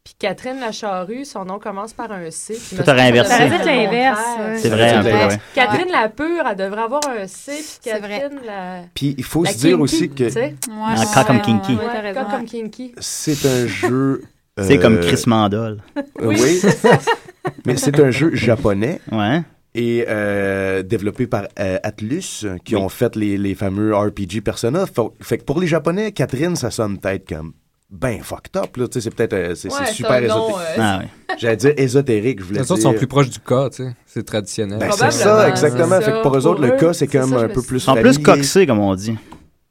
Puis Catherine Lacharrue, son nom commence par un C. puis Tout aurait me semble que inversé. ça devrait aurait être Ça été le l'inverse, contraire. ouais. C'est vrai, un peu, ouais. Catherine la pure, elle devrait avoir un C. Puis Catherine la. Puis il faut la se dire kinky, aussi que- tu sais. Ouais, Un cas comme ouais, kinky. ouais, Ouais, t'as un cas comme kinky. C'est un jeu. C'est euh, comme Chris Mandol. Euh, Oui, oui. c'est ça. Mais c'est un jeu japonais. Ouais. Et euh, développé par euh, Atlus, euh, qui ont fait les, les fameux RPG Persona. Faut- fait que pour les Japonais, Catherine, ça sonne peut-être comme ben fucked up. là. Tu sais, C'est peut-être euh, c'est- Ouais, c'est c'est super un nom, ésotérique. euh, Ah J'allais dire ésotérique, je voulais Les autres dire. sont plus proches du cas, tu sais. C'est traditionnel. Ben, c'est ça, exactement. c'est Fait que pour ça. eux autres, le Pour eux, cas, c'est c'est comme ça, je un me peu suis- plus. En plus familier. coxé, comme on dit.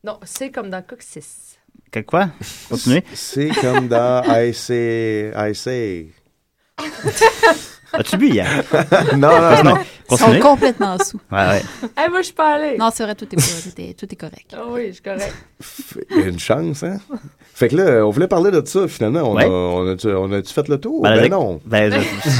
Non, c'est comme dans Coccyx. Que Quoi? Continuez. C'est comme dans I say, I say. As-tu bu hier? Non, non, non. Ils sont complètement sous. Ouais, ouais. Eh, moi, je suis pas allée. Non, c'est vrai, tout est, tout est, tout est correct. Ah oui, je suis correct. Une chance, hein? Fait que là, on voulait parler de ça, finalement. On Ouais. a- on a-tu on a-tu fait le tour? Ben, Ben, le- non. ben, je-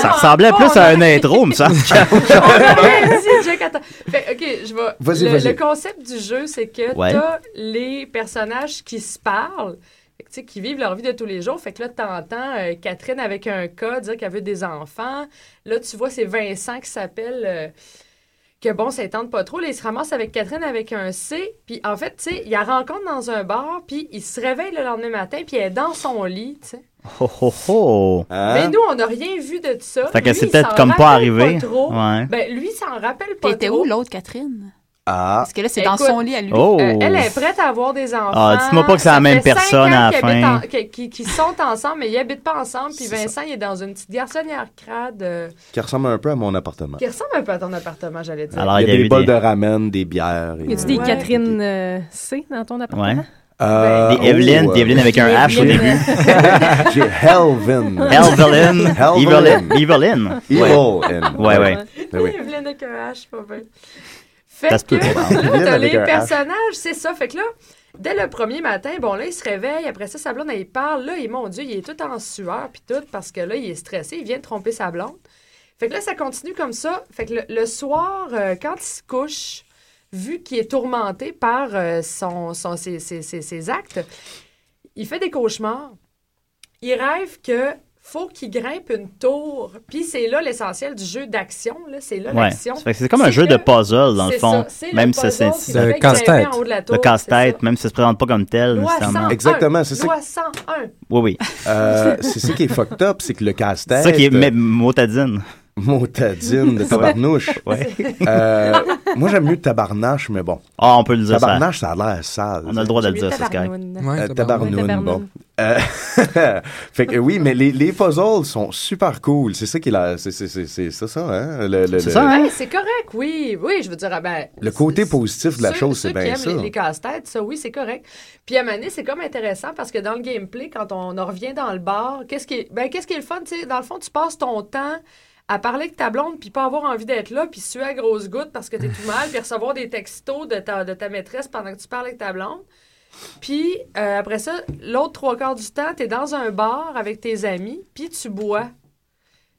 ça Oh, ressemblait plus à un intro, me semble. Vas-y, Jack, attends. Fait, OK, je vais. Vas-y, le, vas-y. le concept du jeu, c'est que Ouais. t'as les personnages qui se parlent, fait que, tu sais, qui vivent leur vie de tous les jours. Fait que là, t'entends euh, Catherine avec un cas dire qu'elle veut des enfants. Là, tu vois, c'est Vincent qui s'appelle. euh, que bon, ça tente pas trop. Là, il se ramasse avec Catherine avec un C. Puis en fait, tu sais, il la rencontre dans un bar, puis il se réveille le lendemain matin, puis elle est dans son lit, tu sais. Ho, ho, ho. Hein? Mais nous, on n'a rien vu de ça. Hein? Fait que Lui, c'est il peut-être s'en comme pas rappelle arrivé. trop. Ouais. Ben, lui, il s'en rappelle pas T'étais trop. où l'autre, Catherine? Ah. Parce que là, c'est dans Écoute, son lit à lui. Oh. euh, elle est prête à avoir des enfants. Ah, dites-moi pas que c'est Ça la même fait cinq personne ans à la qu'ils habitent fin. en- que- qui, qui sont ensemble, mais ils habitent pas ensemble. Puis Vincent, il est dans une petite garçonnière crade euh, Qui ressemble un peu à mon appartement. qui ressemble un peu à ton appartement, j'allais dire. il y a, eu des bols de des- ramen, des bières. Y a-tu des Catherine euh, C dans ton appartement? Ouais. Des Evelyn, des Evelyn avec un H au Evelyn. début. Euh, oh, J'ai Helvin. Helvelin. Evelyn. Helvelin. Evelyn. Evelyn. Ouais, ouais. Ben oui. Evelyn avec un H, pas vrai. Fait Ça se que peut pas, là, pardon. Evelyn t'as les avec un H. personnages, c'est ça. Fait que là, dès le premier matin, bon, là, il se réveille. Après ça, sa blonde, elle parle. Là, et mon Dieu, il est tout en sueur, puis tout, parce que là, il est stressé. Il vient de tromper sa blonde. Fait que là, ça continue comme ça. Fait que le, le soir, euh, quand il se couche, vu qu'il est tourmenté par euh, son, son- ses, ses- ses- ses actes, il fait des cauchemars. Il rêve que faut qu'il grimpe une tour. Puis c'est là l'essentiel du jeu d'action. là. C'est là Ouais. l'action. Fait que C'est comme un jeu de puzzle, dans le c'est fond. ça, c'est le Même si puzzle qui c'est. fait grimper en haut de la tour, Le casse-tête, même si ça se présente pas comme tel, Loi 101. nécessairement. Loi 101. Oui, oui. Euh, c'est ça qui est fucked up, c'est que le casse-tête. C'est ça qui est mais, motadine. Motadine de tabarnouche. Ouais. Euh, moi, j'aime mieux tabarnache, mais bon. Ah, on peut le dire, ça. Tabarnache, ça a l'air sale. On a le droit de le J'aime dire, mieux ça, c'est correct. tabarnoune. Euh, Ouais, tabarnoune, tabarnoune. bon. Euh, fait que oui, mais les, les puzzles sont super cool. C'est ça qui est la- c'est- c'est- c'est- c'est- c'est ça, hein? Le, le- le- Ben, c'est correct, oui. Oui, je veux dire, ah ben, le côté positif de la ceux- chose, c'est ceux qui Ben, bien aiment ça. Les, les casse-têtes, ça, oui, c'est correct. Puis à Mané, c'est comme intéressant parce que dans le gameplay, quand on, en revient dans le bar, qu'est-ce qui est, ben, qu'est-ce qui est le fun? tu sais, Dans le fond, tu passes ton temps à parler avec ta blonde puis pas avoir envie d'être là puis suer à grosses gouttes parce que t'es tout mal puis recevoir des textos de ta, de ta maîtresse pendant que tu parles avec ta blonde. Puis euh, après ça, l'autre trois quarts du temps, t'es dans un bar avec tes amis puis tu bois.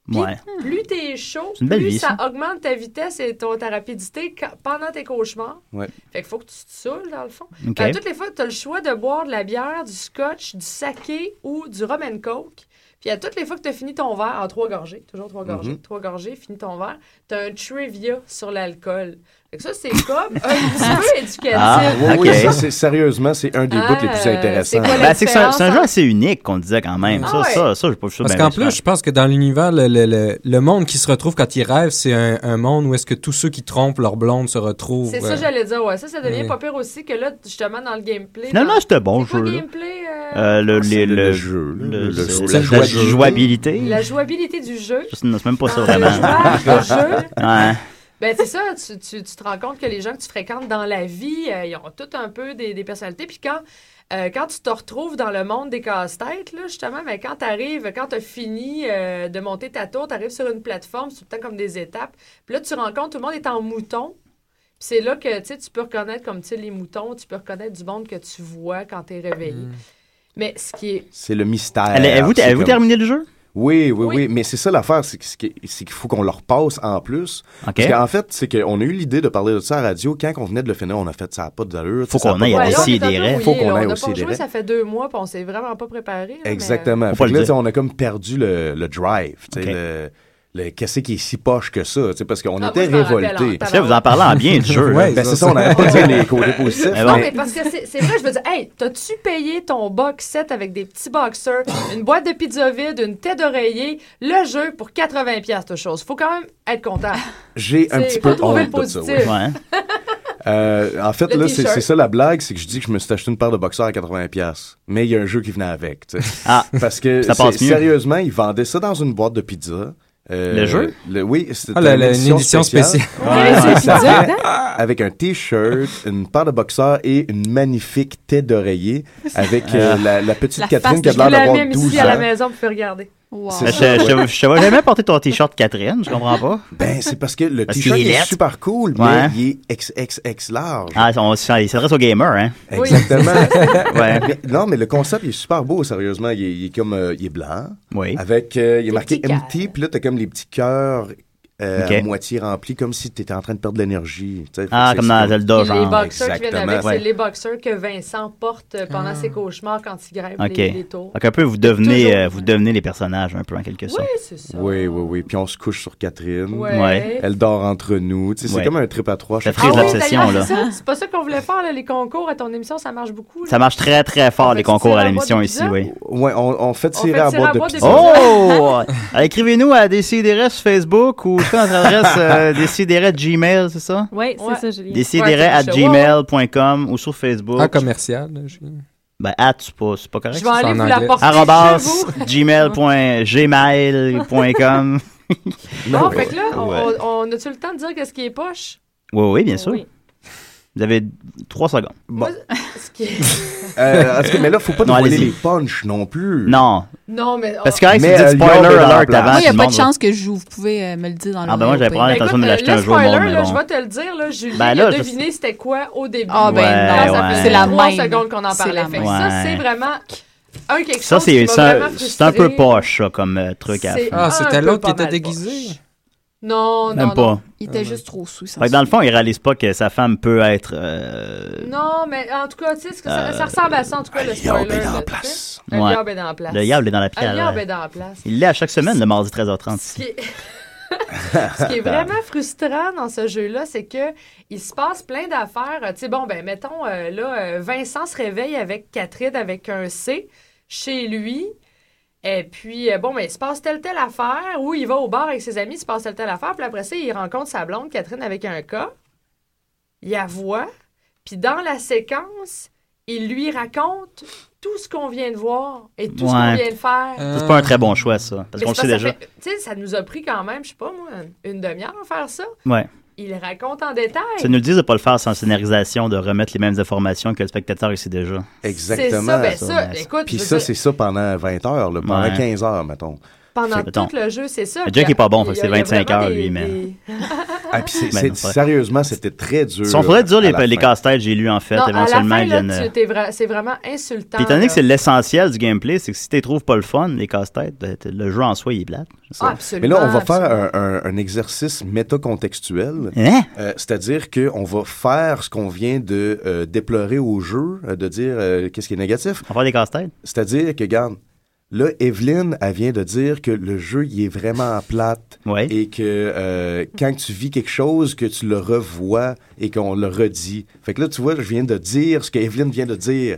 Ouais. Plus t'es chaud, Hmm. C'est une belle plus vie, ça, augmente ta vitesse et ton, ta rapidité quand- pendant tes cauchemars. Ouais. Fait qu'il faut que tu te saoules, dans le fond. OK. Fait que toutes les fois, tu as le choix de boire de la bière, du scotch, du saké ou du rum and coke. Puis à toutes les fois que tu as fini ton verre, en trois gorgées, toujours trois gorgées, Mhm. trois gorgées, fini ton verre, tu as un trivia sur l'alcool. Fait que ça, c'est comme un petit peu éducatif. Ah, Oui, oui, ok. ça, c'est- sérieusement, c'est un des Ah, bouts les plus euh, c'est intéressants. quoi Ben, c'est que c'est un, l'expérience c'est un en- jeu assez unique qu'on disait quand même. Ah ça, ouais. ça, ça, j'ai pas vu ça. Parce bien qu'en plus, je pense que dans l'univers, le, le- le- le monde qui se retrouve quand ils rêvent, c'est un, un monde où est-ce que tous ceux qui trompent leur blonde se retrouvent. C'est euh, ça, j'allais dire, ouais. Ça, ça devient Ouais. pas pire aussi que là, justement, dans le gameplay. Finalement, dans- c'était bon, C'est quoi le le jeu, là. gameplay? euh, Euh, le, le, le, Ah, jeu, le- le- le- c'est la la, joie- jouabilité. La jouabilité du jeu. C'est c'est même pas ça Dans vraiment. Le jouage, le jeu. Ah, Ouais. Ben, c'est ça, tu, tu- tu te rends compte que les gens que tu fréquentes dans la vie, euh, ils ont tous un peu des, des personnalités. Puis quand, euh, quand tu te retrouves dans le monde des casse-têtes, là, justement, ben, quand tu arrives, quand tu as fini euh, de monter ta tour, tu arrives sur une plateforme, c'est tout le temps comme des étapes. Puis là, tu rencontres, tout le monde est en mouton. Puis c'est là que tu sais, tu peux reconnaître, comme tu sais, les moutons, tu peux reconnaître du monde que Mmh. tu vois quand tu es réveillé. Mais ce qui est C'est le mystère. Allez, Avez-vous C'est avez-vous comme- terminé le jeu? Oui, oui, oui, Mais c'est ça l'affaire, c'est que- c'est que- c'est qu'il faut qu'on leur passe en plus. OK. Parce qu'en fait, c'est qu'on a eu l'idée de parler de ça à la radio. Quand on venait de le finir, on a fait ça à pas d'allure. Faut ça a qu'on pas aille de à bon des sens. si et des raies. Faut qu'on on aille n'a aussi pas des joué, raies. ça fait deux mois, puis on s'est vraiment pas préparé. là, mais- euh, Exactement. Fait que le là, dire. tu sais, on a comme perdu le, le drive, tu sais, le, le- qu'est-ce qui est si poche que ça, tu sais, parce qu'on Ah, était moi, je m'en rappelle, révoltés. en Parce que là, vous en parlez en bien du jeu, là. Ouais, ben, c'est ça, on n'arrête pas de dire les côtés positifs. Non, mais parce que c'est c'est vrai, je veux dire, hey, t'as-tu payé ton box set avec des petits boxers, une boîte de pizza vide, une tête d'oreiller, le jeu pour 80$ pièces de choses? Faut quand même être content. J'ai un C'est- petit peu faut trouver honte le de ça. oui. positif. Euh, en fait, Le là, c'est t-shirt. c'est ça la blague, c'est que je dis que je me suis acheté une paire de boxeurs à 80$, piastres. mais il y a un jeu qui venait avec. tu sais. Parce que Ah, Ça passe c'est- mieux. sérieusement, ils vendaient ça dans une boîte de pizza. Euh, Le jeu? oui, c'était Ah, la- la- une édition spéciale. Ouais, c'est Ça pizza, venait hein? avec un t-shirt, une paire de boxeurs et une magnifique tête d'oreiller avec Ah. euh, la, la petite La Catherine face qui a de- l'air Je la d'avoir même 12 ici à la ans. maison pour faire regarder. Wow. C'est Je, ça, je, ouais. je, je vois jamais porter ton t-shirt Catherine, je comprends pas. Ben, c'est parce que le Parce t-shirt qu'il est est laid. super cool, mais Ouais. il est XXX large. Ah, on, ça- il s'adresse aux gamers, hein? Exactement. Ouais. Mais- non, mais le concept, il est super beau, sérieusement. Il est, il est comme, euh, il est blanc. Oui. Avec, euh, il est marqué petits cœurs. MT, puis là, t'as comme les petits cœurs euh, Ok. à moitié remplis, comme si t'étais en train de perdre de l'énergie. tu sais. Ah, Fait que comme c'est- dans c'est- Zelda, Les boxers qui viennent avec, Ouais. c'est les boxers que Vincent porte pendant ses cauchemars quand il grimpe OK. les, les tours. Donc, un peu, vous devenez, euh, vous devenez les personnages, un peu, en quelque sorte. Oui, c'est ça. Oui, oui, oui. Puis on se couche sur Catherine. Ouais. Ouais. Elle dort entre nous. Tu sais, Ouais. C'est comme un trip à trois. Ça chacun. frise Ah oui, l'obsession, Ah, c'est ça, c'est pas ça qu'on voulait faire, là, les concours à ton émission, ça marche beaucoup. là. Ça marche très, très fort, On les fait tirer concours à à la l'émission boîte de ici, pizza? oui. Ouais, on, on fait On tirer fait à la tirer boîte de de pizza. Oh! Écrivez-nous à Décideret sur Facebook ou sur notre adresse euh, Décideret Gmail, c'est ça? Oui, c'est ça, Julien. Décideret à gmail.com ou sur Facebook. Ah, En commercial, là, j'ai- Ben, at, c'est pas, c'est pas correct. Je vais aller C'est en vous la anglais. porter Arrobas, chez vous. gmail.gmail.com. Bon, Ah, fait que là, on, Ouais. on- on a-tu le temps de dire qu'est-ce qui est poche? Oui, oui, bien sûr. Vous avez trois secondes. Bon. Ce qui est- Euh, en tout cas, mais là, faut pas Non, nous voler allez-y. les punchs non plus. Non. Non, mais. Parce que, hey, si Mais, vous euh, dites spoiler Lyon est dans la alert place. avant, Moi, Il n'y a tout le pas de monde chance que je vous pouvez euh, me le dire dans le Ah, ben moi, j'avais Ben, probablement l'intention de écoute, l'acheter le un jour, spoiler, mon là, numéro. Je vais te le dire, là, Julien Ben il a là, je- deviné c'était quoi au début. Ah, ben Ouais, non, ça ouais. fait C'est la trois même. secondes qu'on en C'est parlait. la Fait que même. ça, Ouais. c'est vraiment un quelque chose Ça, qui c'est m'a ça- vraiment c'est un peu frustrée. poche, ça, comme euh, truc à la C'est- fin. Ah, c'était peu l'autre pas qui était mal déguisé. Non, non, Même non. pas. Il Ah, était juste trop sous. Fait que dans le fond, il réalise pas que sa femme peut être. euh, Non, mais en tout cas, tu sais, ce que ça, Euh, ça ressemble à ça, en tout cas, le spoiler. est dans là, la tu place. sais. Un Ouais. diable est dans la place. Le diable est dans la pièce, Un diable ouais. est dans la place. Il l'est à chaque semaine, le mardi 13h30. Ce qui est, ce qui est Bah. vraiment frustrant dans ce jeu-là, c'est que il se passe plein d'affaires. Euh, Tu sais, bon, ben, mettons, euh, là, euh, Vincent se réveille avec Catherine avec un C chez lui. Et puis, euh, bon, ben, il se passe telle, telle affaire. Ou il va au bar avec ses amis, il se passe telle, telle affaire. Puis après ça, il rencontre sa blonde, Catherine, avec un K. Il la voit. Puis dans la séquence, il lui raconte tout ce qu'on vient de voir et tout ce qu'on Ouais. vient de faire. Ça, C'est pas un très bon choix, ça. Parce Mais qu'on le c'est sait déjà. ça fait- Tu sais, ça nous a pris quand même, je sais pas moi, une demi-heure à faire ça. Ouais. Il raconte en détail. Ça nous le dit de pas le faire sans scénarisation, de remettre les mêmes informations que le spectateur ici déjà. Exactement. ça, ben ça, écoute, Puis je veux ça, dire- c'est ça pendant 20 heures, là, pendant Ouais. 15 heures, mettons. Pendant Fait- tout mettons. le jeu, c'est ça. Le Jack Puis, est pas il y bon, a- fait que c'est il y a 25 vraiment heures, des- lui, mais- des- Ah, puis c'est- Ben, c'est- non, ouais. sérieusement, c'était très dur. Si on pourrait dire à les, la les fin. casse-têtes, j'ai lu en fait, Non, à la éventuellement, fin, il y là, en a- tu- t'es vra- c'est vraiment insultant. Puis étant donné que là. c'est l'essentiel du gameplay, c'est que si t'y trouves pas le fun, les casse-têtes, ben, t- le jeu en soi, il est plate. Ah, absolument, Mais là, on va absolument. faire un, un- un exercice métacontextuel. Hein? Euh, C'est-à-dire qu'on va faire ce qu'on vient de euh, déplorer au jeu, euh, de dire euh, qu'est-ce qui est négatif. On va faire des casse-têtes. C'est-à-dire que, regarde, là, Evelyne, elle vient de dire que le jeu, il est vraiment plate. Et que euh, quand tu vis quelque chose, que tu le revois et qu'on le redit. Fait que là, tu vois, je viens de dire ce que Evelyne vient de dire.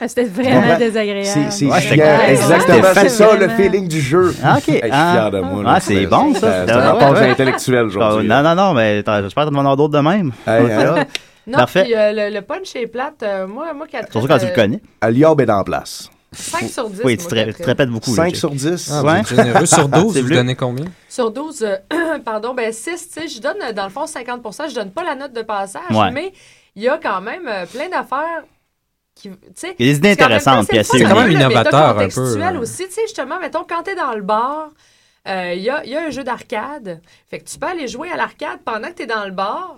Ah, C'était vraiment Ouais. désagréable. C'est, c'est Ouais, chiant. c'est- ouais, Exactement, ouais, c'est ça le vraiment. feeling du jeu. Ah, ok. Hey, je suis Ah. fier de moi. là. Ah, c'est bon, ça. C'est c'est un Ouais, passage ouais. intellectuel aujourd'hui. hein. Ah, non, non, non, mais attends, j'espère t'en demander d'autres de même. Hey, hein? Non, Parfait. puis euh, le, le punch est plate. euh, moi, moi, Catherine. Surtout quand tu le euh, connais. Aliob est en place. 5 sur 10. Oui, moi, tu te, ré- Catherine. tu te répètes beaucoup. 5 sur 10. Ah, vous êtes généreux. Sur 12, vous donnez combien? Sur 12, euh, pardon, ben 6, tu sais, je donne euh, dans le fond 50 je donne pas la note de passage, Ouais. mais il y a quand même euh, plein d'affaires qui, tu sais... Il y a des idées parce qu'en même temps, intéressantes, puis le fun, assez le uniques. C'est quand même méta innovateur, un peu, contextuel euh. aussi, tu sais, justement, mettons, quand t'es dans le bar, euh, il y, a, il y a un jeu d'arcade, fait que tu peux aller jouer à l'arcade pendant que t'es dans le bar,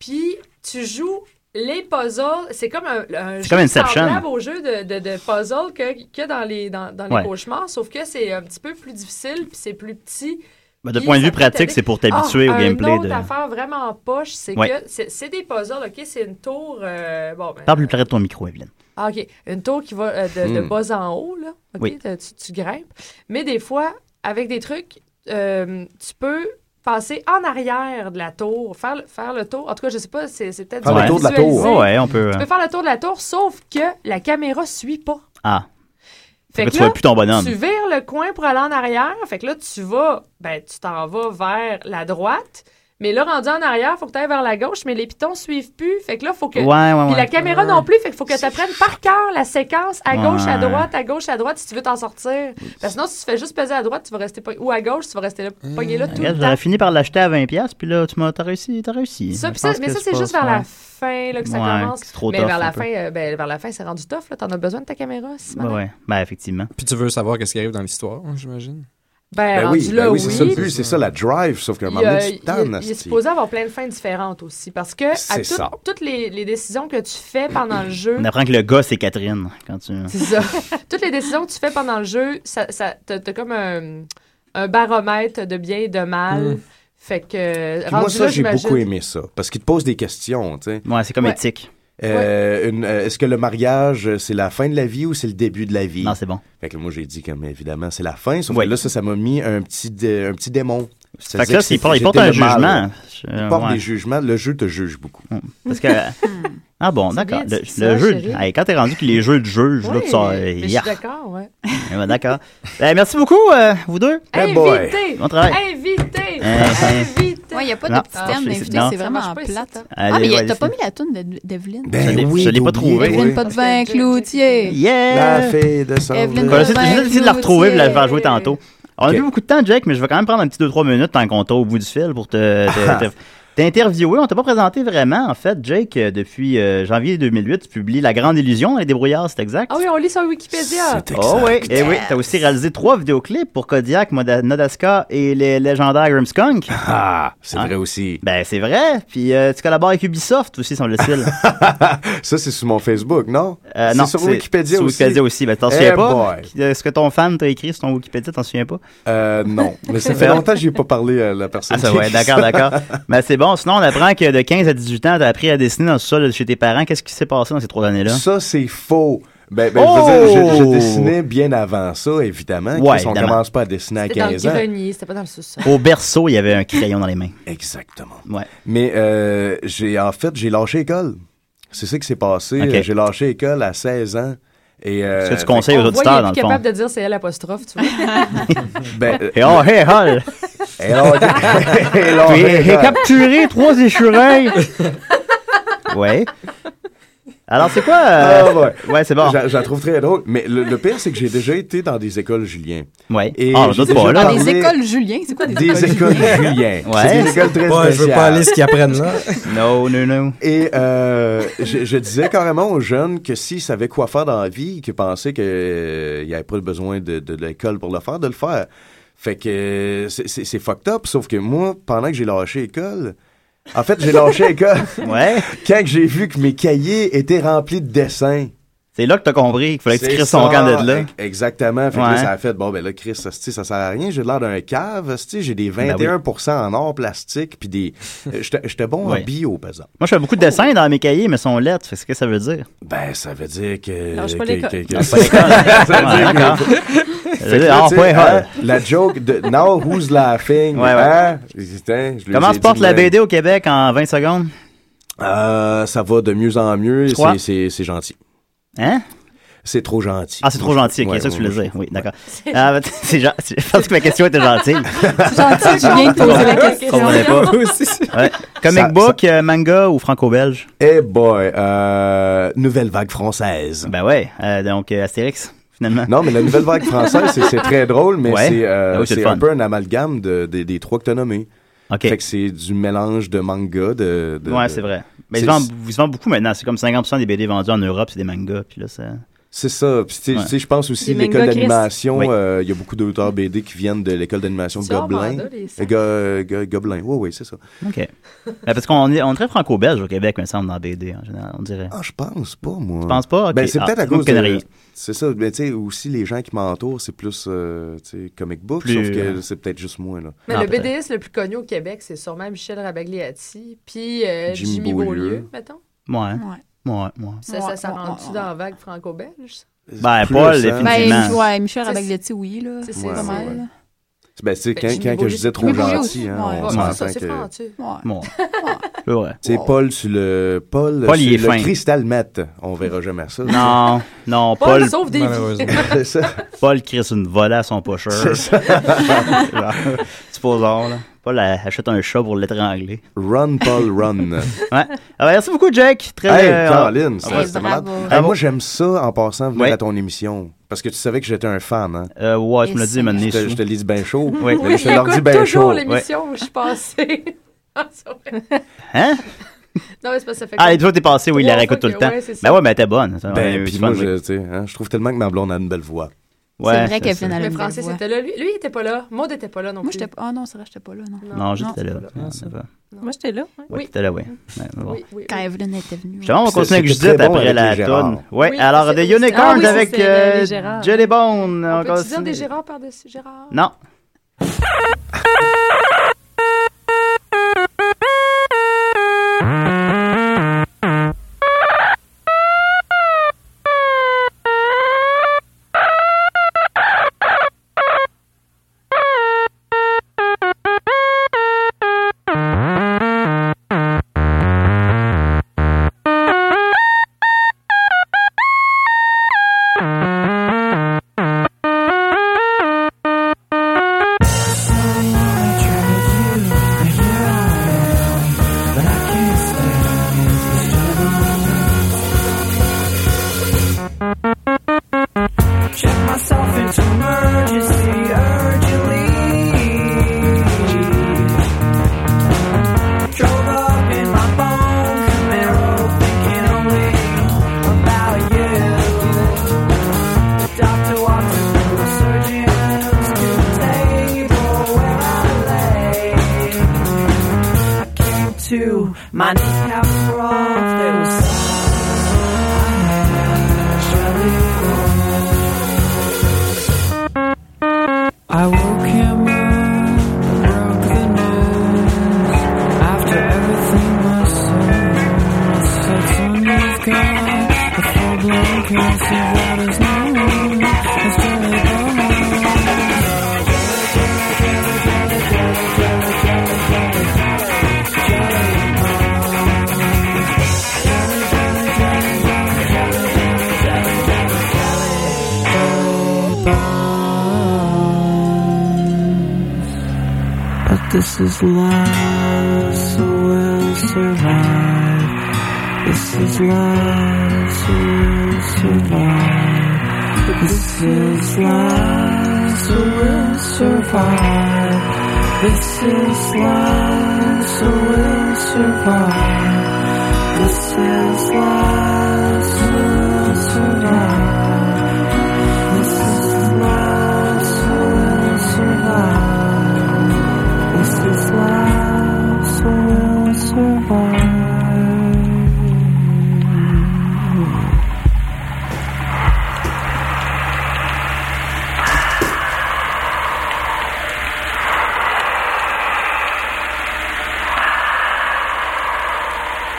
puis tu joues les puzzles, c'est comme un, un C'est jeu comme Inception. semblable au jeu de, de, de puzzle que, que dans les, dans, dans les Ouais. cauchemars, sauf que c'est un petit peu plus difficile, puis c'est plus petit. Ben, de puis point de ça vue peut pratique, t'aider. c'est pour t'habituer Ah, au gameplay Une autre de- affaire vraiment poche, c'est Ouais. que c'est c'est des puzzles, OK? C'est une tour... euh, bon, ben, Parle plus près de ton micro, Evelyne. ah, OK. Une tour qui va euh, de, de Hmm. bas en haut, là. OK, Oui. t'as- tu, tu grimpes. Mais des fois, avec des trucs, euh, tu peux passer en arrière de la tour, faire, le- faire le tour. En tout cas, je sais pas, c'est c'est peut-être... dur Faire le à tour de la tour. visualiser. Ah ouais, on peut, Tu peux euh. faire le tour de la tour, sauf que la caméra suit pas. Ah. Fait que tu là, vois plus ton bonhomme. Tu vires le coin pour aller en arrière. Fait que là, tu vas, ben, tu t'en vas vers la droite. Mais là, rendu en arrière, faut que tu ailles vers la gauche, mais les pitons suivent plus. Fait que là, faut que. Ouais, ouais, Puis la ouais. caméra non plus. Fait qu'il faut que tu apprennes par cœur la séquence à gauche, à Ouais. droite, à gauche, à droite si tu veux t'en sortir. Parce que sinon, si tu fais juste peser à droite, tu vas rester pogné- Ou à gauche, tu vas rester là, pogné là tout Ah, Regarde, le temps. j'aurais fini par l'acheter à 20$, puis là, tu m'as, t'as réussi, t'as réussi. Ça, Je puis ça- pense mais que ça, c'est pas- juste vers la ouais. fin là, que ça Ouais, commence. c'est trop mais tough, vers, un la peu. fin, euh, ben, vers la fin, c'est rendu tough. là. T'en as besoin de ta caméra, Simon. Ouais, ouais. Ben, effectivement. Puis tu veux savoir qu'est-ce qui arrive dans l'histoire, hein, j'imagine. Ben, Ben rendu oui, ben là, oui, c'est ça le oui. but, c'est ça la drive, sauf qu'à un Il, moment euh, donné, tu il- tannes, il est asti. supposé avoir plein de fins différentes aussi. Parce que à C'est tout- ça. toutes les, les décisions que tu fais pendant le jeu. On apprend que le gars, c'est Catherine. Quand tu... C'est ça. toutes les décisions que tu fais pendant le jeu, ça, ça, t'as t'as comme un, un baromètre de bien et de mal. Mm. Fait que. Puis rendu moi, ça, là, j'ai j'imagine- beaucoup aimé ça. Parce qu'il te pose des questions, tu sais. Ouais, c'est comme Ouais. éthique. Euh, une- euh, Est-ce que le mariage, euh, c'est la fin de la vie ou c'est le début de la vie? Non, c'est bon. Fait que moi, j'ai dit, comme évidemment, c'est la fin. Sauf que là, ça, ça m'a mis un petit, dé- un petit démon. Ça Fait que disait là, il c'est- porte- il j'étais porte un le mal. jugement. Je- Il porte ouais. des jugements. Le jeu te juge beaucoup. Parce que. Ah Hmm. bon, C'est d'accord. bien Le, dit, le ça, jeu, chérie. Hey, quand t'es rendu que les jeux de juge, là, Ouais, tu sors. euh, mais je suis yeah. d'accord, ouais. Eh ben, d'accord. Ben, merci beaucoup, euh, vous deux. Invité! Bon travail. Invité! Euh, Invité! Ouais, il n'y a pas Non. de petit terme Non, c'est- d'invité, non. c'est Ça vraiment marche pas, plate. Allez, ah, mais y a- ouais, Ben t'as pas c'est- mis la toune de- d'Evelyne. Je l'ai- je l'ai pas trouvé. Evelyne Potvin, Cloutier. Yeah! La fille de son... Evelyne Voilà, c'est- J'ai essayé de la retrouver et de la Cloutier. faire jouer tantôt. On a plus beaucoup de temps, Jack, mais je vais quand même prendre un petit 2-3 minutes tant qu'on t'a au bout du fil pour te. te- te- T'interviewer, on t'a pas présenté vraiment, en fait, Jake, euh, depuis euh, janvier 2008, tu publies La Grande Illusion, Les Débrouillards, c'est exact? Ah oui, on lit sur Wikipédia. Oh oui, Eh et oui, t'as aussi réalisé trois vidéoclips pour Kodiak, Moda- Nodaska et les légendaires Grimskunk. Ah, c'est vrai aussi. Ben, c'est vrai. Puis euh, tu collabores avec Ubisoft aussi, semble-t-il. Ça, c'est sur mon Facebook, non? Euh, C'est non, sur Wikipédia sur aussi. Wikipédia aussi. Ben, t'en Eh souviens pas? boy. Est-ce que ton fan t'a écrit sur ton Wikipédia, t'en souviens pas? Euh, non, mais ça fait longtemps que j'ai pas parlé à la personne. Ah, ça qui- ouais, d'accord, d'accord. Mais c'est bon. Sinon, on apprend que de 15 à 18 ans, t'as appris à dessiner dans le sol chez tes parents. Qu'est-ce qui s'est passé dans ces trois années-là? Ça, c'est faux. Ben, ben, je, veux dire, je- je Oh! dessinais bien avant ça, évidemment. Ouais, hein, Chris, on évidemment. commence pas à dessiner à C'était dans le 15 ans. grenier, c'était pas dans le sous-sol. Au berceau, il y avait un crayon dans les mains. Exactement. Ouais. Mais euh, j'ai en fait, j'ai lâché école. C'est ça qui s'est passé. Ok. Euh, J'ai lâché école à 16 ans. Et, euh, que tu conseilles fait- aux On voit, il est plus capable de dire c'est elle apostrophe, tu vois. Ben, euh, Et oh, hey, oh! hol! Et là, on- et là, on- Puis, J'ai capturé trois écureuils! ouais. Alors, c'est quoi? euh, Ah, ouais, c'est bon. J'en trouve très drôle. Mais le, le pire, c'est que j'ai déjà été dans des écoles Julien. Ouais. Et Ah, j'ai d'autres déjà pas, là. Dans parlé- les écoles Julien, c'est quoi des, Des écoles Julien. C'est des écoles très Ouais, je veux pas spéciales. aller ce qu'ils apprennent là. Non, non, non. Et euh, je, je disais carrément aux jeunes que s'ils savaient quoi faire dans la vie, qu'ils pensaient qu'il n'y avait pas besoin de, de, de l'école pour le faire, de le faire. Fait que euh, c'est- c'est c'est fucked up, sauf que moi, pendant que j'ai lâché l'école, en fait, j'ai lâché l'école ouais. quand que j'ai vu que mes cahiers étaient remplis de dessins. C'est là que t'as compris qu'il fallait que tu C'est crisses ton ça, camp de là. e- Exactement. Fait que Ouais. là, ça a fait, bon, ben là, Chris, hostie, ça sert à rien. J'ai l'air d'un cave, hostie. J'ai des Ben oui. 21 en or plastique, puis des... euh, J'étais j'étais bon Ouais. en bio, par exemple. Moi, je fais beaucoup de dessins Oh. dans mes cahiers, mais ils sont lettres. Fait que C'est ce que ça veut dire. Ben, ça veut dire que... Lâche pas que- l'école. que- que- Lâche Ah, pas l'école. Ça veut Ouais, dire que- d'accord. Fait que Euh, là, tu en sais, point, hein, hein. La joke de « Now who's laughing? Ouais, ouais. Hein? Putain, je lui ai Comment se dit porte de la même. BD au Québec en 20 secondes? Euh, ça va de mieux en mieux. Tu crois? C'est- C'est c'est gentil. Hein? C'est trop gentil. Ah, c'est trop gentil. Ok, Ouais, ça, que tu voulais ouais, dire. Oui, d'accord. Ah, ben, c'est gen- c'est- Je pense que ma question était gentille. C'est gentil, je viens de poser la question. Je comprenais pas. Ouais. Comic Ça- book, euh, manga ou franco-belge? Eh boy, euh, nouvelle vague française. Ben ouais, euh, donc euh, Astérix, finalement. Non, mais la nouvelle vague française, c'est- c'est très drôle, mais Ouais. c'est euh, Ah oui, c'est le c'est fun. un peu un amalgame de- des- des trois que t'as nommés. OK. Fait que c'est du mélange de manga, de... de- ouais, de- c'est vrai. Mais ils C'est- se vendent, ils se vendent beaucoup maintenant. C'est comme 50% des BD vendus en Europe, c'est des mangas. Puis là, ça... C'est ça. Puis, tu sais, Ouais. tu sais, je pense aussi Des l'école manga Chris. d'animation. euh, Oui. Il y a beaucoup d'auteurs BD qui viennent de l'école d'animation Ils sont Gobelin. vendeurs, les Euh, sacs. Go- Go- Gobelin. Oui, oui, c'est ça. OK. Ben, parce qu'on est, on est très franco-belge au Québec, me semble, dans BD, en général, on dirait. Ah, je pense pas, moi. Tu penses pas? OK. Ben, c'est Ah, peut-être à vous me cause de. connaissez. C'est ça. Mais tu sais, aussi, les gens qui m'entourent, c'est plus euh, tu sais, comic book, Plus, sauf que euh, Ah, c'est peut-être juste moi. Là. Mais le BDS le plus connu au Québec, c'est sûrement Michel Rabagliati, puis euh, Jimmy Jimmy, Beaulieu. Beaulieu, mettons. Ouais. Ouais. Ouais. Ça, ça, ça rentre-tu dans la vague franco-belge? Ben, Plus, Paul, hein. définitivement. Ben, ouais, Michel C'est- Rabagliotti, oui, là. c'est- C'est pas c'est- mal. là. Ben, tu sais, Ben, quand, Jimmy quand que je Beaulieu, disais c'est trop Jimmy Beaulieu gentil, aussi, hein, ouais. on Ouais, s'entend ça, c'est que. français. Bon. C'est vrai. Tu sais, Paul, sur le. Paul, Paul, sur il est le fin. cristal mat. On verra jamais ça. Non, non, Paul Paul. sauve des vies. Malheureusement. C'est ça. Paul crisse une volée à son pocheur. C'est ça. Supposons, là. Paul euh, achète un chat pour l'étrangler. Run, Paul, run. Ouais. Ah, merci beaucoup, Jack. Très Hey, euh, Caroline, on- c'est on va- c'est malade. Hey, Bravo. moi, j'aime ça en passant venir Ouais. Euh, à ton émission. Parce que tu savais que j'étais un fan, hein? ouais, tu me l'as dit, maintenant. Je te, je te l'ai dit bien chaud. Oui. Mais je te il l'ai dit écoute bien toujours chaud. l'émission où je suis passée. Ah, c'est vrai. Hein? Non, mais c'est parce que ça fait Ah, comme et toi, t'es passé, oui, il la trois réécoute tout fois le que- temps. ouais, c'est ça. ben ouais, mais elle était bonne. Ça, on a eu Ben, du puis fun, moi, oui. je, tu sais, hein, je trouve tellement que ma blonde a une belle voix. Ouais, vrai c'est qu'elle ça. vient d'aller Le me français, voir. c'était là. Lui, lui, il était pas là. Maud était pas là non Moi, plus. j'étais pas. Ah non, c'est vrai, j'étais pas là, non. Non, j'étais là. Ouais, c'est pas- Moi, j'étais là. Ouais, t'étais là, ouais. Ouais, bon. Quand Evelyn était venue. Justement, on ouais. continue avec c'est Judith très bon après avec la les Gérards. tonne. Ouais, Oui, alors c'est- des c'est- Unicorns ah oui, ça, avec c'est les euh, Gérards. Jelly Bone. On encore peut dire des Gérards par-dessus Gérard? Non. Check myself into emergency urgently. Drove up in my bone Camaro, thinking only about you. The doctor walked through the surgeons to the table where I lay. I came to my kneecaps were off. There was I woke him up, broke the news. After everything was said, said son of God, a full blown cancer that is known as Jelly But this is life, so we'll survive. This is life, so we'll survive. This is life, so we'll survive. This is life, so we'll survive. This is life, so we'll survive. This is life, so we'll survive. This is life, so we'll survive.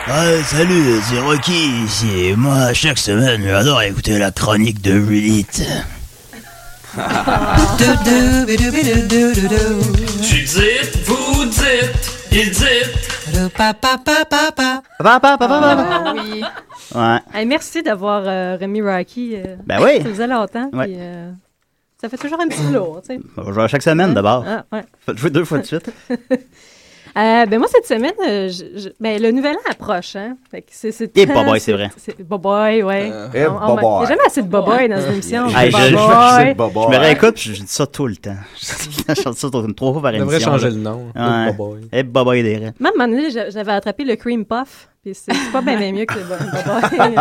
Ah, salut, c'est Rocky ici. Moi, chaque semaine, j'adore écouter la chronique de Judith. Judith, vous dites, il dit. Papa, papa, papa. Papa, papa, Ah, oui. Ouais. Hey, merci d'avoir euh, remis Rocky. euh, Ben oui. Ça faisait longtemps. Ouais. puis, euh, ça fait toujours un petit lourd, tu sais. On va jouer à chaque semaine d'abord. Ah, ouais. Faut jouer deux fois de suite. Euh, ben moi, cette semaine, euh, je- je- ben, le nouvel an approche. Hein? Fait que c'est, c'est Et boboy, c'est vrai. Boboy, ouais. Eh, On- on m'a- boboy. Il y a jamais assez de boboy dans une émission. Hey, je, je- je- Boboy. je me réécoute puis je dis ça tout le temps. Je chante ça tout- trois fois par On émission. devrait changer là. le nom. Ouais. Eh, Boboy. Eh, Boboy des raies. Même à un moment donné, j'a- j'avais attrapé le cream puff. Puis c'est, c'est pas bien mieux que le bo- boboy.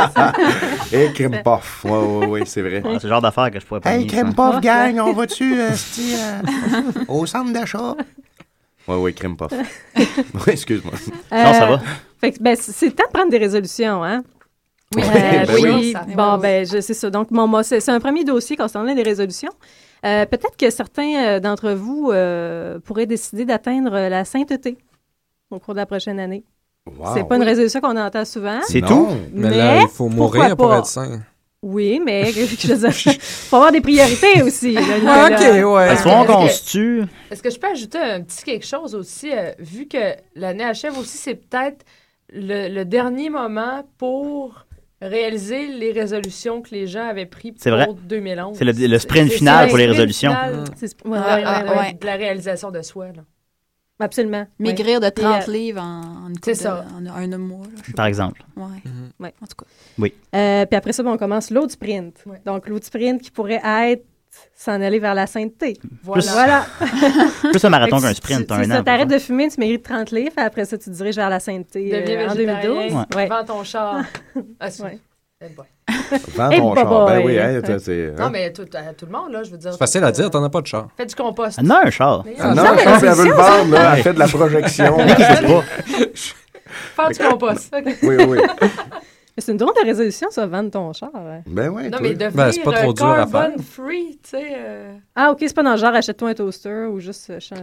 Et Eh, crème puff. Ouais, ouais, ouais, c'est vrai. Ah, c'est le genre d'affaire que je pourrais pas. Hey, Crème puff, Puff Gang, on va-tu euh, c'ti, euh, au centre euh? d'achat? Ouais, ouais, crème puff. Ouais, excuse-moi. Euh, Fait que, ben, c'est- c'est le temps de prendre des résolutions, hein? Oui, Euh, ben puis, oui. Bon, ben, je- c'est ça. Donc, mon, moi, c'est c'est un premier dossier concernant les résolutions. Euh, Peut-être que certains euh, d'entre vous euh, pourraient décider d'atteindre euh, la sainteté au cours de la prochaine année. Wow. C'est pas une Oui. résolution qu'on entend souvent. C'est Non, tout? mais là, il faut pourquoi mourir pour pas? être saint. Oui, mais je veux dire, faut avoir des priorités aussi. là, Ah, Nicolas. ok, ouais. Parce qu'on Est-ce que- constitue. Est-ce que je peux ajouter un petit quelque chose aussi, euh, vu que l'année achève aussi, c'est peut-être le, le dernier moment pour réaliser les résolutions que les gens avaient prises C'est pour vrai. 2011. C'est le- le sprint c'est final ça, pour le les sprint résolutions. final Mm. C'est- de ouais, la- ouais, ouais. ouais, de la réalisation de soi. là. Absolument. Maigrir ouais. de 30 Et, euh, livres en, en une couple c'est de- ça. en un mois. là, je sais Par pas. exemple. Ouais. Mm-hmm. Ouais. En tout cas. Oui. Euh, puis après ça, ben, on commence l'autre sprint. Donc, l'autre sprint qui pourrait être s'en aller vers la sainteté. Plus- Voilà. plus un marathon Fait que qu'un tu- sprint, tu- un c'est an, ça, T'arrêtes de fumer, tu mérites 30 livres, puis après ça, tu te diriges vers la sainteté euh, Deviens en végétarien, 2012. Ouais. vends ton char. Ah, c'est- Ouais. Eh boy. Vends Eh, ton char. boboy. Ben oui, hein, t'as- c'est. Non, hein. mais tout, à tout le monde, là, je veux dire. C'est facile à dire, t'en as pas de char. Fais du compost. Elle en a un char. Mais- Ah non, je pense qu'elle veut le vendre, là. Elle fait de la projection. Elle n'existe pas. Faire du compost. ok. Oui, oui, oui. Mais c'est une drôle de résolution, ça, vendre ton char. hein. ouais. Ben oui. Non, toi. mais devenir Ben, c'est pas trop euh, dur à faire. carbon free, tu sais. euh, Ah, OK, c'est pas dans le genre achète-toi un toaster ou juste. euh, cha-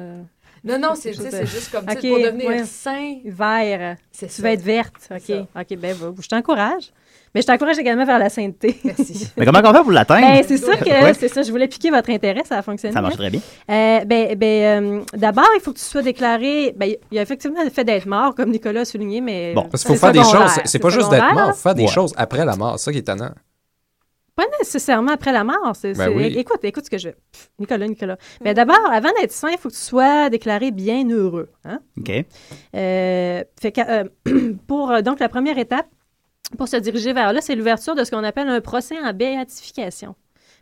Non, non, c'est- quelque chose tu sais, de- c'est juste comme, tu sais, OK, pour devenir ouais. sain. Vert. C'est Tu ça. vas être verte. OK. OK, ben, va. je t'encourage. Mais je t'encourage également vers la sainteté. Merci. Mais comment on fait pour l'atteindre? Ben, c'est ça que Ouais. c'est ça. Je voulais piquer votre intérêt, ça a fonctionné. Ça marche hein. très bien. Euh, ben, ben, euh, d'abord, il faut que tu sois déclaré. Ben, il y a effectivement le fait d'être mort, comme Nicolas a souligné, mais Bon, parce qu'il faut Euh, c'est faire des secondaire. choses. C'est pas juste d'être secondaire, mort, hein. faut faire des Ouais. choses après la mort. C'est ça qui est étonnant. Pas nécessairement après la mort. c'est- Ben c'est- oui. Écoute, écoute ce que je. Pff, Nicolas, Nicolas. Ben, d'abord, avant d'être saint, il faut que tu sois déclaré bien heureux. Hein? OK. Euh, fait que, euh, pour euh, donc la première étape, pour se diriger vers là, c'est l'ouverture de ce qu'on appelle un procès en béatification.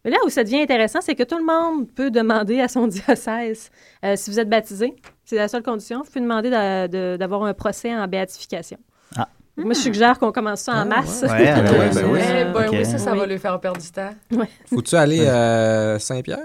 Mais là où ça devient intéressant, c'est que tout le monde peut demander à son diocèse euh, si vous êtes baptisé. C'est la seule condition. Vous pouvez demander d'a- de- d'avoir un procès en béatification. Ah. Moi, je suggère qu'on commence Ah, ça en masse. Euh, ouais. Ouais, ben oui, ben oui. Eh ben Ok. oui, ça, ça va lui faire perdre du temps. Faut-tu aller à Saint-Pierre?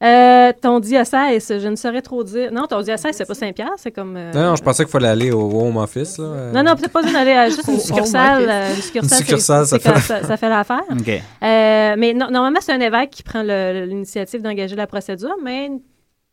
Euh, ton diocèse, je ne saurais trop dire. Non, ton diocèse, c'est pas Saint-Pierre, c'est comme. euh, Non, non, je pensais qu'il fallait aller au home office. Là. euh, Non, non, peut-être pas une, aller à juste une succursale. my euh, goodness. une succursale, Une succursale, c'est- ça c'est quand- fait- ça, ça fait l'affaire. OK. Euh, mais no- normalement, c'est un évêque qui prend le- l'initiative d'engager la procédure, mais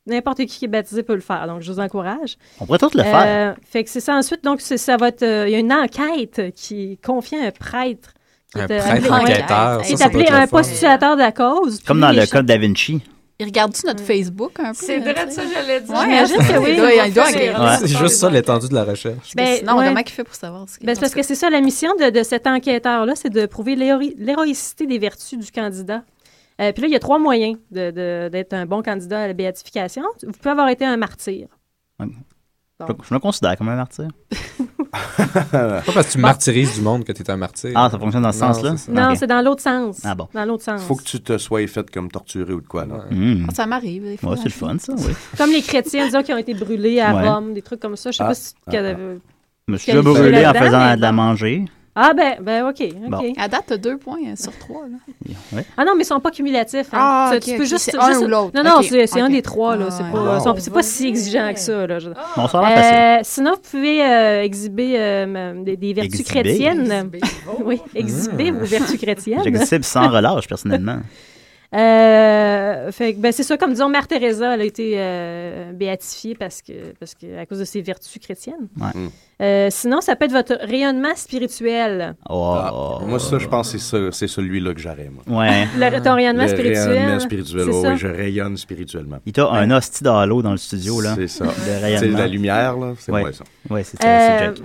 n'importe qui qui est baptisé peut le faire. Donc, je vous encourage. On pourrait tous le faire. Euh, fait que c'est ça. Ensuite, donc, c'est- ça va être, euh, il y a une enquête qui confie à un prêtre. Qui Un est, euh, prêtre appelé- enquêteur, ouais, ça, est ça doit appelé être le un fun. postulateur de la cause. Comme puis dans lui, le il code Da Vinci. Il regarde-tu notre Facebook un peu? C'est là, vrai tu de sais? ça, que j'allais dire. Ouais, J'imagine que oui, Il doit, il va il doit faire agréer. Ouais. C'est juste ça l'étendue de la recherche. Ben, Sinon, ouais. comment il fait pour savoir ce qu'il Ben, c'est parce que c'est ça, la mission de, de cet enquêteur-là, c'est de prouver l'héroï- l'héroïcité des vertus du candidat. Euh, puis là, il y a trois moyens de- de- d'être un bon candidat à la béatification. Vous pouvez avoir été un martyr. Je, je me considère comme un martyr. Pas parce que tu martyrises du monde que t'es un martyr. Ah, ça fonctionne dans ce Non, sens-là? c'est ça. Non, Ok. c'est dans l'autre sens. Ah bon. Dans l'autre sens. Faut que tu te sois fait comme torturé ou de quoi, là. Mm. Ah, Ça m'arrive, des fois, Ouais, c'est le dans fun, ça, oui. Comme les chrétiens, disons, qui ont été brûlés à Ouais. Rome, des trucs comme ça. Je sais Ah, pas si... ah, que- ah. euh, Je me suis déjà qualifié brûlé en là-dedans, faisant mais de la manger. Ah ben, ben OK. ok. Bon. À date, t'as deux points euh, sur trois. Là. Ouais. Ah non, mais ils sont pas cumulatifs. hein. Ah, Ça, ok, tu ok, peux juste, c'est un juste- ou l'autre. Non, non, Ok, c'est c'est ok. un des trois. là. C'est Ah, pas, ouais. sont- c'est pas si exigeant que ça. là. Je- Bon, ça a l'air facile. Euh, sinon, vous pouvez euh, exhiber euh, des, des vertus Exhiber. chrétiennes. oui, exhiber Mm. vos vertus chrétiennes. J'exhibe sans relâche, personnellement. Euh, fait que, ben, c'est ça, comme disons, Mère Teresa, elle a été euh, béatifiée parce que, parce que, à cause de ses vertus chrétiennes. Ouais. Euh, sinon, ça peut être votre rayonnement spirituel. Ah, moi, ça, je pense que c'est ça- c'est celui-là que j'aurais, moi. Oh. Ouais. Le- ton rayonnement Le spirituel, rayonnement spirituel, c'est oui, ça. oui, je rayonne spirituellement. Il t'a un hostie d'halo dans le studio, là. C'est ça. De C'est rayonnement. la lumière, là. C'est Ouais. moi, ça. Ouais, Euh, c'est c'est Jack.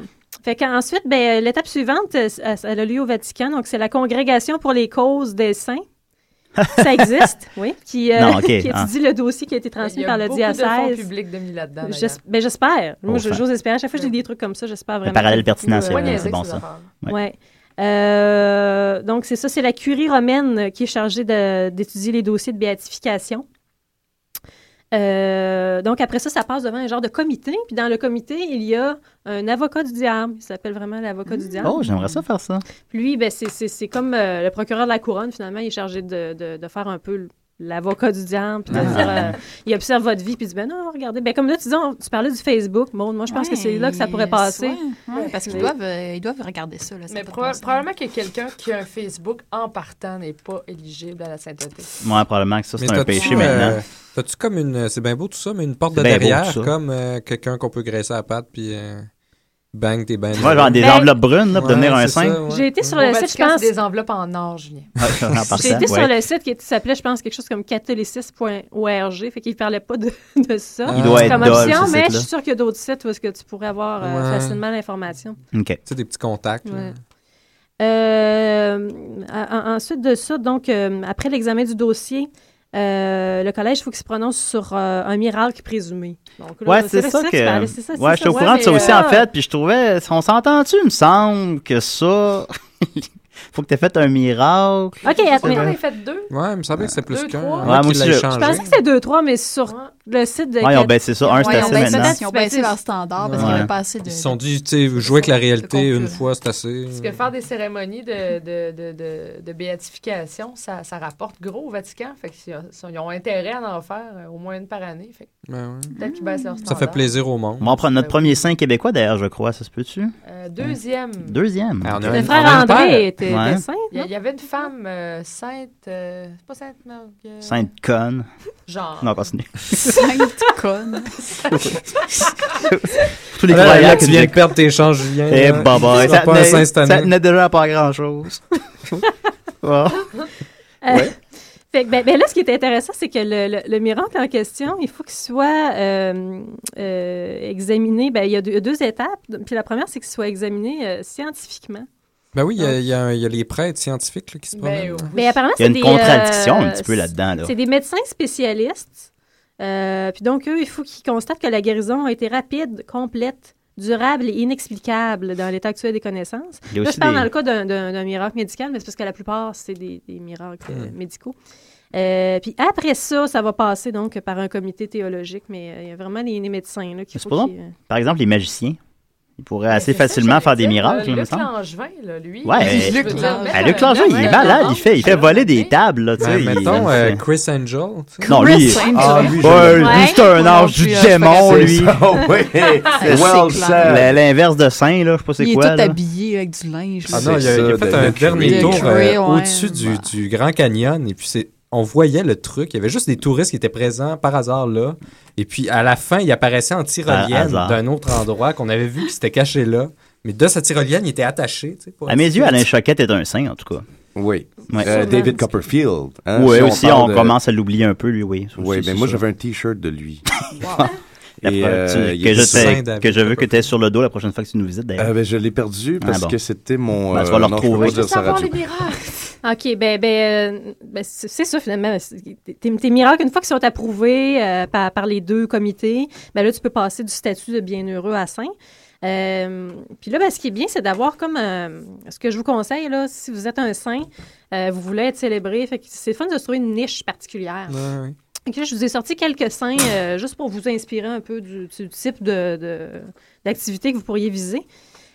fait qu'ensuite, euh, ben, l'étape suivante, euh, elle a lieu au Vatican. Donc, c'est la Congrégation pour les causes des saints. Ça existe, oui. Qui, euh, Non, OK, qui hein. étudie le dossier qui a été transmis Il y a par le beaucoup de diocèse. fonds publics de mis là-dedans, J'es- d'ailleurs. ben, j'espère. Moi, Au je- fait. j'ose espérer. À chaque fois que j'ai des trucs comme ça, j'espère vraiment. parallèle que- pertinent, Ouais. c'est- Ouais, c'est bon, ces ça. affaires. Ouais. Euh, donc, c'est ça, c'est la curie romaine qui est chargée de- d'étudier les dossiers de béatification. Euh, donc, après ça, ça passe devant un genre de comité. Puis, dans le comité, il y a un avocat du diable. Il s'appelle vraiment l'avocat du diable. Oh, j'aimerais ça faire ça. Puis lui, ben, c'est- c'est c'est comme euh, le procureur de la couronne, finalement, il est chargé de, de- de faire un peu l- l'avocat du diable, puis de Ah. dire, euh, il observe votre vie, puis il dit, ben non, regardez, ben comme là, tu, dis, on- tu parlais du Facebook, Maud, moi, je pense que c'est là que ça pourrait Ouais, passer. ouais, ouais, parce qu'ils Mais- doivent, euh, ils doivent regarder ça. Là, ça Mais a pas de proba- bon sens. probablement que quelqu'un qui a un Facebook en partant n'est pas éligible à la sainteté. Moi, probablement que ça, c'est un t'as-tu, péché euh, maintenant. T'as-tu comme une. C'est bien beau tout ça, mais une porte de C'est bien beau, derrière, tout ça. comme euh, quelqu'un qu'on peut graisser à la patte, puis euh, bang, t'es bien. Ouais, genre des Ben, enveloppes brunes, là, pour Ouais, devenir un c'est ça, saint. ouais. J'ai été sur Au le Vatican, site, je pense... c'est ben, des enveloppes en or, Julien. Ah, J'ai été sur le site qui s'appelait, je pense, quelque chose comme catholicis.org, fait qu'il parlait pas de, de ça Il doit être comme dole, option, ce mais je site-là. suis sûre qu'il y a d'autres sites où est-ce que tu pourrais avoir euh, Ouais. facilement l'information. OK. Tu sais, des petits contacts. là. Ouais. Euh, en- ensuite de ça, donc, euh, après l'examen du dossier, euh, le collège, il faut qu'il se prononce sur euh, un miracle présumé. Donc, là, Ouais, c'est le ça site, que. ben, c'est ça, c'est ouais, je suis au courant de mais, ça aussi, euh, en fait. Puis je trouvais. On s'entend-tu, il me semble, que ça. Faut que t'aies fait un miracle. OK, attends, mais- bien. on a fait deux. Ouais, il me semblait que c'était plus Deux, qu'un. trois. avant Ouais, moi qu'il aussi, l'ait je- Je changé. pensais que c'était 2-3, mais sur le site de. Ouais, ils ont baissé ça. Un, Ouais, c'était ils ont assez baissé- maintenant. Ils ont Ben, baissé leur standard parce qu'il Ouais. n'y avait pas assez de. Ils se sont dit, tu sais, jouer avec la réalité une fois, c'est assez. Parce que faire des cérémonies de, de, de, de, de béatification, ça, ça rapporte gros au Vatican. Fait qu'ils ont- ils ont intérêt à en faire euh, au moins une par année. Fait que Ben ouais. peut-être qu'ils baissent leur Ça standard. Ben fait plaisir au monde. On va en prendre notre Ben premier saint québécois, d'ailleurs, je crois. Ça se peut-tu? Euh, deuxième. Deuxième. Ah, on Le frère André était était saint. Il y a- il y avait une femme euh, sainte. euh, c'est pas sainte, euh, Marguerite. Sainte conne. Genre. Non, continue. Sainte conne. Tous les Ah, là, croyants là, qui tu viens de disent- perdre tes chances, Julien. Eh, là. bah, bah, Tu ça seras pas un saint tenait- cette ça année. tenait déjà à pas grand-chose. Bon. Euh, Ouais. fait que, ben, ben là, ce qui est intéressant, c'est que le, le- le miracle en question, il faut qu'il soit euh, euh, examiné. Ben, il y a deux, deux étapes. Puis la première, c'est qu'il soit examiné euh, scientifiquement. Ben oui, il y, a- il y a il y a les prêtres scientifiques là, qui se Ben, promènent. Mais apparemment, Ben, Il y a c'est une des, contradiction un euh, petit peu là-dedans. Là. C'est des médecins spécialistes. Euh, puis donc, eux, il faut qu'ils constatent que la guérison a été rapide, complète, durable et inexplicable dans l'état actuel des connaissances. Il y a Là, aussi je parle des- dans le cas d'un- d'un d'un miracle médical, mais c'est parce que la plupart, c'est des, des miracles euh, Hmm. médicaux. Euh, puis après ça, ça va passer donc par un comité théologique, mais euh, il y a vraiment les, les médecins là, qui euh, C'est pas font. bon. Par exemple, les magiciens, ils pourraient assez facilement faire des miracles, il me Euh, Luc semble. Langevin, là, lui. Ouais, Je veux Luc dire, Langevin, mettre Ah, Luc un Langevin, il homme est dans malade, la il fait, il fait voler des tables, là, tu sais. Ben, il- mettons, il- euh, Chris Angel. tu sais. Non, lui, il- ah, lui, ouais, lui, c'est un ange du démon, lui. C'est Well ça. said. La- L'inverse de saint, là, je sais pas c'est Il est quoi. tout là. habillé avec du linge. Ah là. non, il a, il a fait un dernier tour euh, au-dessus du, du Grand Canyon et puis c'est on voyait le truc, il y avait juste des touristes qui étaient présents par hasard là. Et puis à la fin, il apparaissait en tyrolienne hasard. d'un autre endroit qu'on avait vu qui s'était caché là. Mais de sa tyrolienne, il était attaché. tu sais, pour- À mes yeux, Alain Choquette est un saint, en tout cas. Oui. Ouais. Euh, David Copperfield. hein, oui, si on aussi, parle on de- commence à l'oublier un peu, lui, oui. Oui, mais ben moi, j'avais un T-shirt de lui. La Et, preuve, euh, tu- il que, est je saint t'ai- David que je veux que tu aies sur le dos la prochaine fois que tu nous visites, d'ailleurs. Ah, ben, je l'ai perdu Ah, parce bon. que c'était mon. Ben, tu euh, vas le non, je peux retrouver. pas dire ça à radio. OK, ben, ben, euh, ben, c'est c'est ça finalement. C'est- Tes, tes miracles, une fois qu'ils sont approuvés euh, par, par les deux comités, ben là, tu peux passer du statut de bienheureux à saint. Euh, Puis là, ben, ce qui est bien, c'est d'avoir comme... euh, ce que je vous conseille, là, si vous êtes un saint, euh, vous voulez être célébré, fait que c'est le fun de se trouver une niche particulière. Ouais, ouais. Ok, je vous ai sorti quelques saints euh, juste pour vous inspirer un peu du, du type de- de- d'activité que vous pourriez viser.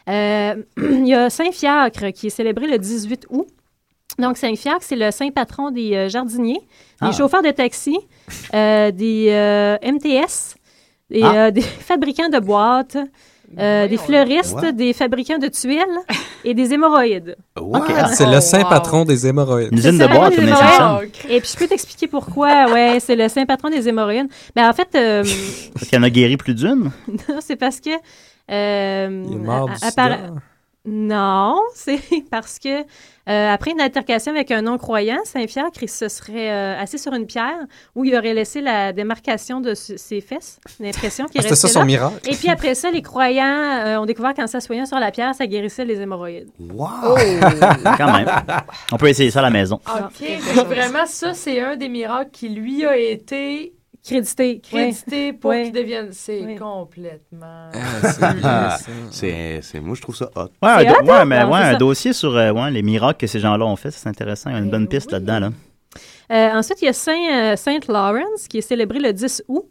Euh, il y a Saint Fiacre qui est célébré le 18 août. Donc, Saint Fiacre, c'est le saint patron des euh, jardiniers, des Ah. chauffeurs de taxi, euh, des euh, MTS, et, Ah. euh, des fabricants de boîtes, euh, des fleuristes, What? des fabricants de tuiles et des hémorroïdes. Ah, C'est Oh, le saint patron des hémorroïdes. Une usine de boîte, on est Hémorroïdes. ensemble. Et puis, je peux t'expliquer pourquoi. Ouais, c'est le saint patron des hémorroïdes. Mais en fait, euh, Parce qu'il y en a guéri plus d'une. non, c'est parce que. euh, Il est mort du appara- sida. Non, c'est parce que euh, après une altercation avec un non-croyant, Saint-Fiacre, il se serait euh, assis sur une pierre où il aurait laissé la démarcation de su- ses fesses, l'impression qu'il Ah, c'était ça restait son là. miracle. Et puis après ça, les croyants euh, ont découvert qu'en s'assoyant sur la pierre, ça guérissait les hémorroïdes. Wow! Oh. Quand même. On peut essayer ça à la maison. Ah. OK. donc vraiment, ça, c'est un des miracles qui lui a été Crédité. crédité pour Ouais. qu'il devienne. C'est complètement. Ah, Ah, c'est, c'est- moi, je trouve ça hot. Ouais, un, C'est do- hot, ouais, hein, mais, non, ouais, c'est un ça. dossier sur euh, ouais, les miracles que ces gens-là ont fait, c'est intéressant. Il y a une Ben bonne piste là-dedans. Là. Euh, ensuite, il y a Saint, euh, Saint Lawrence qui est célébré le 10 août.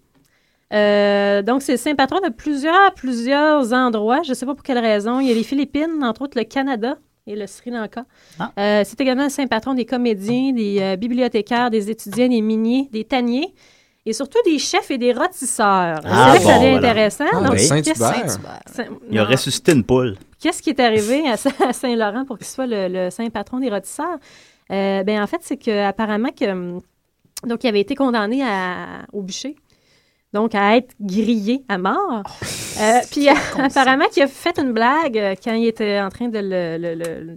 Euh, donc, c'est le saint patron de plusieurs, plusieurs endroits. Je ne sais pas pour quelle raison. Il y a les Philippines, entre autres le Canada et le Sri Lanka. Ah. Euh, c'est également le saint patron des comédiens, des euh, bibliothécaires, des étudiants, des miniers, des tanniers et surtout des chefs et des rôtisseurs. Ah, c'est là que ça bon, devient voilà. intéressant. Ah, Donc, oui. qu'est-ce- Saint-Hubert. Saint- Il a non. ressuscité une poule. Qu'est-ce qui est arrivé à, Saint- à Saint-Laurent pour qu'il soit le, le saint patron des rôtisseurs? Euh, ben, en fait, c'est qu'apparemment, que, hum, donc, il avait été condamné à- au bûcher. Donc, à être grillé à mort. Oh, Euh, puis, apparemment, qu'il a fait une blague euh, quand il était en train de le, le- le-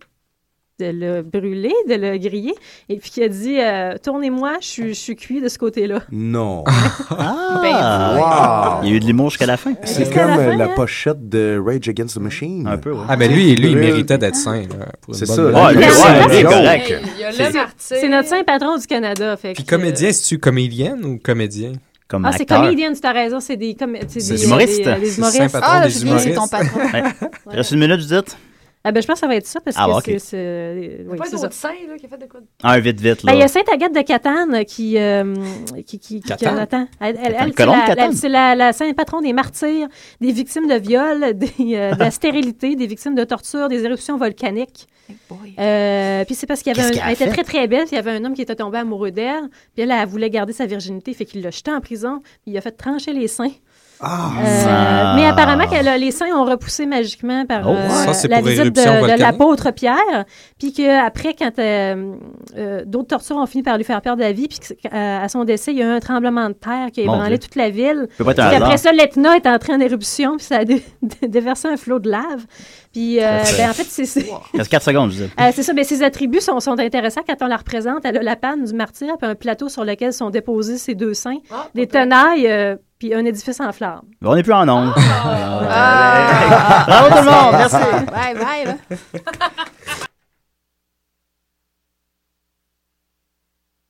de le brûler, de le griller. Et puis, qu'il a dit euh, Tournez-moi, je suis- je suis cuit de ce côté-là. Non. Ah! Ben, ben, Ben, Ah, Wow! Il y a eu de l'humour jusqu'à la fin. C'est comme euh, hein? la pochette de Rage Against the Machine. Un peu, ouais. Ah, ben lui, lui, il méritait d'être saint. là, pour une C'est bonne ça. raison. Ouais, Ah, lui, Mais ouais, c'est lui, un correct. joke. Il y a C'est- le martyr. C'est notre saint patron du Canada. Fait Puis que, euh, comédien, c'est-tu comédienne ou comédien? Comme Ah, c'est comédienne, tu as raison, c'est des, com... c'est C'est des, des humoristes. des, euh, des C'est humoristes. Saint patron Ah, des je viens, c'est humoristes. ton patron. Ouais. Reste une minute, Judith. Ah, ben, je pense que ça va être ça parce Ah, que ok. c'est. c'est- euh, Il oui, n'y a pas c'est d'autre ça. saint là, qui a fait de quoi de- Ah, vite, vite. Ben, Là. il y a Sainte Agathe de Catane euh, qui, euh, qui, qui, qui- Catane? qu'on attend. Elle, elle- Catane. elle, c'est Colombe la- la, Catane. c'est la, la sainte patron des martyrs, des victimes de viol, des, euh, de la stérilité, des victimes de torture, des éruptions volcaniques. Euh, puis c'est parce qu'il y avait un- Qu'est-ce qu'elle a elle était très fait? très belle, puis il y avait un homme qui était tombé amoureux d'elle, puis elle, elle voulait garder sa virginité, fait qu'il l'a jetée en prison, puis il a fait trancher les seins. Euh, Ah, ça. mais apparemment qu'elle a- les seins ont repoussé magiquement par Oh, euh, ça, c'est la pour visite éruption de, de volcanique. l'apôtre Pierre, puis qu'après, quand euh, euh, d'autres tortures ont fini par lui faire perdre la vie, puis que, euh, à son décès, il y a eu un tremblement de terre qui a Mon ébranlé Dieu. toute la ville. Peut pas être un Puis après ça, hasard. l'Etna est entré en éruption, puis ça a dé- dé- déversé un flot de lave. Puis, euh, Parfait. ben, en fait, c'est... c'est- Il reste 4 secondes, Judith. euh, c'est ça, mais ses attributs sont, sont intéressants quand on la représente. Elle a la panne du martyr, puis un plateau sur lequel sont déposés ses deux seins, des tenailles, euh, puis un édifice en flammes. On n'est plus en nombre. Ah. Bravo tout le monde, Ah. merci. Bye, bye. là.